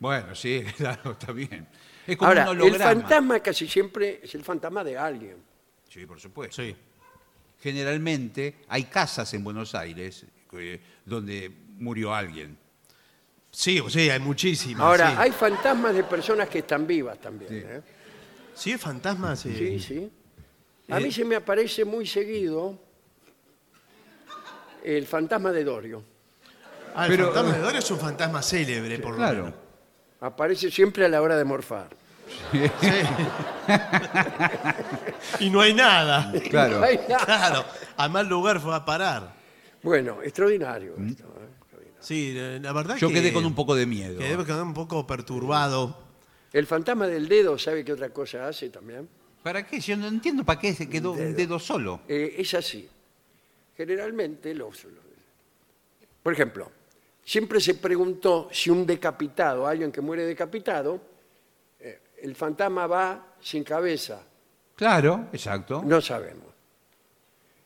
Speaker 4: Bueno, sí, claro, está bien. Es como
Speaker 2: Ahora,
Speaker 4: un
Speaker 2: el
Speaker 4: holograma.
Speaker 2: fantasma casi siempre es el fantasma de alguien.
Speaker 4: Sí, por supuesto.
Speaker 3: Sí.
Speaker 4: Generalmente hay casas en Buenos Aires eh, donde murió alguien.
Speaker 3: Sí, sí, hay muchísimas.
Speaker 2: Ahora,
Speaker 3: Ah, sí.
Speaker 2: hay fantasmas de personas que están vivas también. ¿eh?
Speaker 3: Sí, fantasmas, sí.
Speaker 2: Sí, sí. A mí se me aparece muy seguido el fantasma de Dorio.
Speaker 3: Ah, el
Speaker 4: Pero-
Speaker 2: eh,
Speaker 3: fantasma de Dorio es un fantasma célebre, por lo menos.
Speaker 4: Claro.
Speaker 2: Aparece siempre a la hora de morfar.
Speaker 3: Y no hay nada.
Speaker 4: Claro.
Speaker 2: No hay nada.
Speaker 3: Claro, a mal lugar fue a parar.
Speaker 2: Bueno, extraordinario. esto, ¿eh? Extraordinario.
Speaker 3: Sí, eh, la verdad
Speaker 4: Yo
Speaker 3: que...
Speaker 4: quedé con un poco de miedo.
Speaker 3: Que debe quedar un poco perturbado.
Speaker 2: El fantasma del dedo, ¿sabe qué otra cosa hace también?
Speaker 4: ¿Para qué? Yo no entiendo para qué se quedó un dedo solo.
Speaker 2: Eh, es así. Generalmente los, los- Por ejemplo, siempre se preguntó si un decapitado, alguien que muere decapitado, eh, el fantasma va sin cabeza.
Speaker 4: Claro, exacto.
Speaker 2: No sabemos.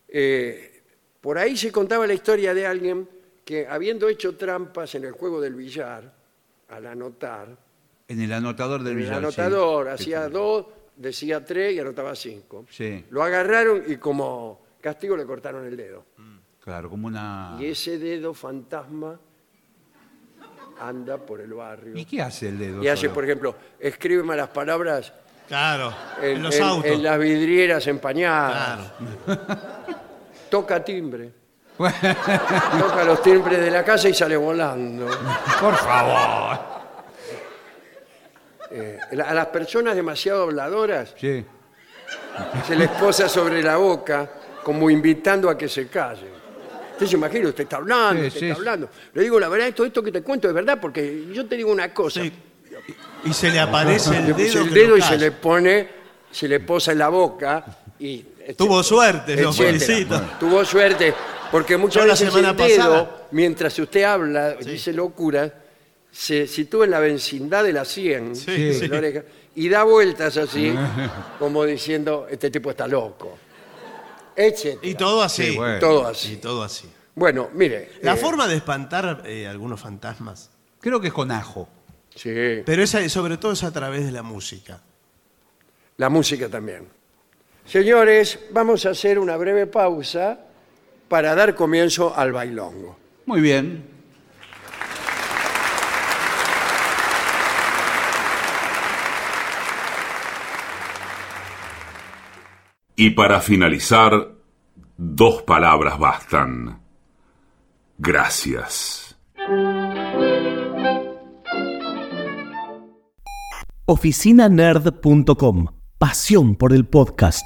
Speaker 2: Eh, por ahí se contaba la historia de alguien que, habiendo hecho trampas en el juego del billar, al anotar,
Speaker 4: En el anotador del
Speaker 2: El
Speaker 4: billar, sí.
Speaker 2: anotador hacía
Speaker 4: Sí.
Speaker 2: dos, decía tres y anotaba cinco.
Speaker 4: Sí.
Speaker 2: Lo agarraron y como castigo le cortaron el dedo.
Speaker 4: Claro, como una.
Speaker 2: Y ese dedo fantasma anda por el barrio.
Speaker 4: ¿Y qué hace el dedo?
Speaker 2: Y hace,
Speaker 4: solo?
Speaker 2: por ejemplo, escríbeme las palabras
Speaker 3: Claro, en,
Speaker 2: en,
Speaker 3: los
Speaker 2: en-
Speaker 3: autos.
Speaker 2: en las vidrieras
Speaker 3: Claro.
Speaker 2: empañadas. Toca timbre. Toca los timbres de la casa y sale volando.
Speaker 4: Por favor.
Speaker 2: Eh, a las personas demasiado habladoras
Speaker 4: Sí.
Speaker 2: se les posa sobre la boca como invitando a que se callen. Usted se imagina, usted está hablando,
Speaker 4: Sí,
Speaker 2: usted
Speaker 4: sí,
Speaker 2: está
Speaker 4: sí.
Speaker 2: hablando. Le digo, la verdad, esto, esto que te cuento es verdad, porque yo te digo una cosa.
Speaker 3: Sí. Y se le aparece
Speaker 2: Le
Speaker 3: el
Speaker 2: puse
Speaker 3: dedo.
Speaker 2: el
Speaker 3: que
Speaker 2: dedo
Speaker 3: lo
Speaker 2: y se
Speaker 3: calla.
Speaker 2: le pone, se le posa en la boca y...
Speaker 3: Tuvo suerte, lo
Speaker 2: etcétera.
Speaker 3: felicito.
Speaker 2: Tuvo suerte, porque muchas
Speaker 3: Yo la
Speaker 2: veces
Speaker 3: semana
Speaker 2: el dedo,
Speaker 3: pasada-
Speaker 2: mientras usted habla, dice locura, se sitúa en la vecindad de la sien,
Speaker 3: Sí,
Speaker 2: de
Speaker 3: sí.
Speaker 2: la oreja,
Speaker 3: Ah.
Speaker 2: y da vueltas así, como diciendo, este tipo está loco. etc.
Speaker 3: Y todo así.
Speaker 4: Sí, bueno.
Speaker 2: Todo así.
Speaker 3: Y todo así.
Speaker 2: Bueno, mire.
Speaker 3: La
Speaker 2: eh,
Speaker 3: forma de espantar eh, algunos fantasmas,
Speaker 4: Creo que es con ajo.
Speaker 2: Sí.
Speaker 3: pero esa, sobre todo es a través de la música.
Speaker 2: La música también. Señores, vamos a hacer una breve pausa para dar comienzo al bailongo.
Speaker 4: Muy bien.
Speaker 5: Y para finalizar, dos palabras bastan. Gracias.
Speaker 6: oficinanerd.com. Pasión por el podcast.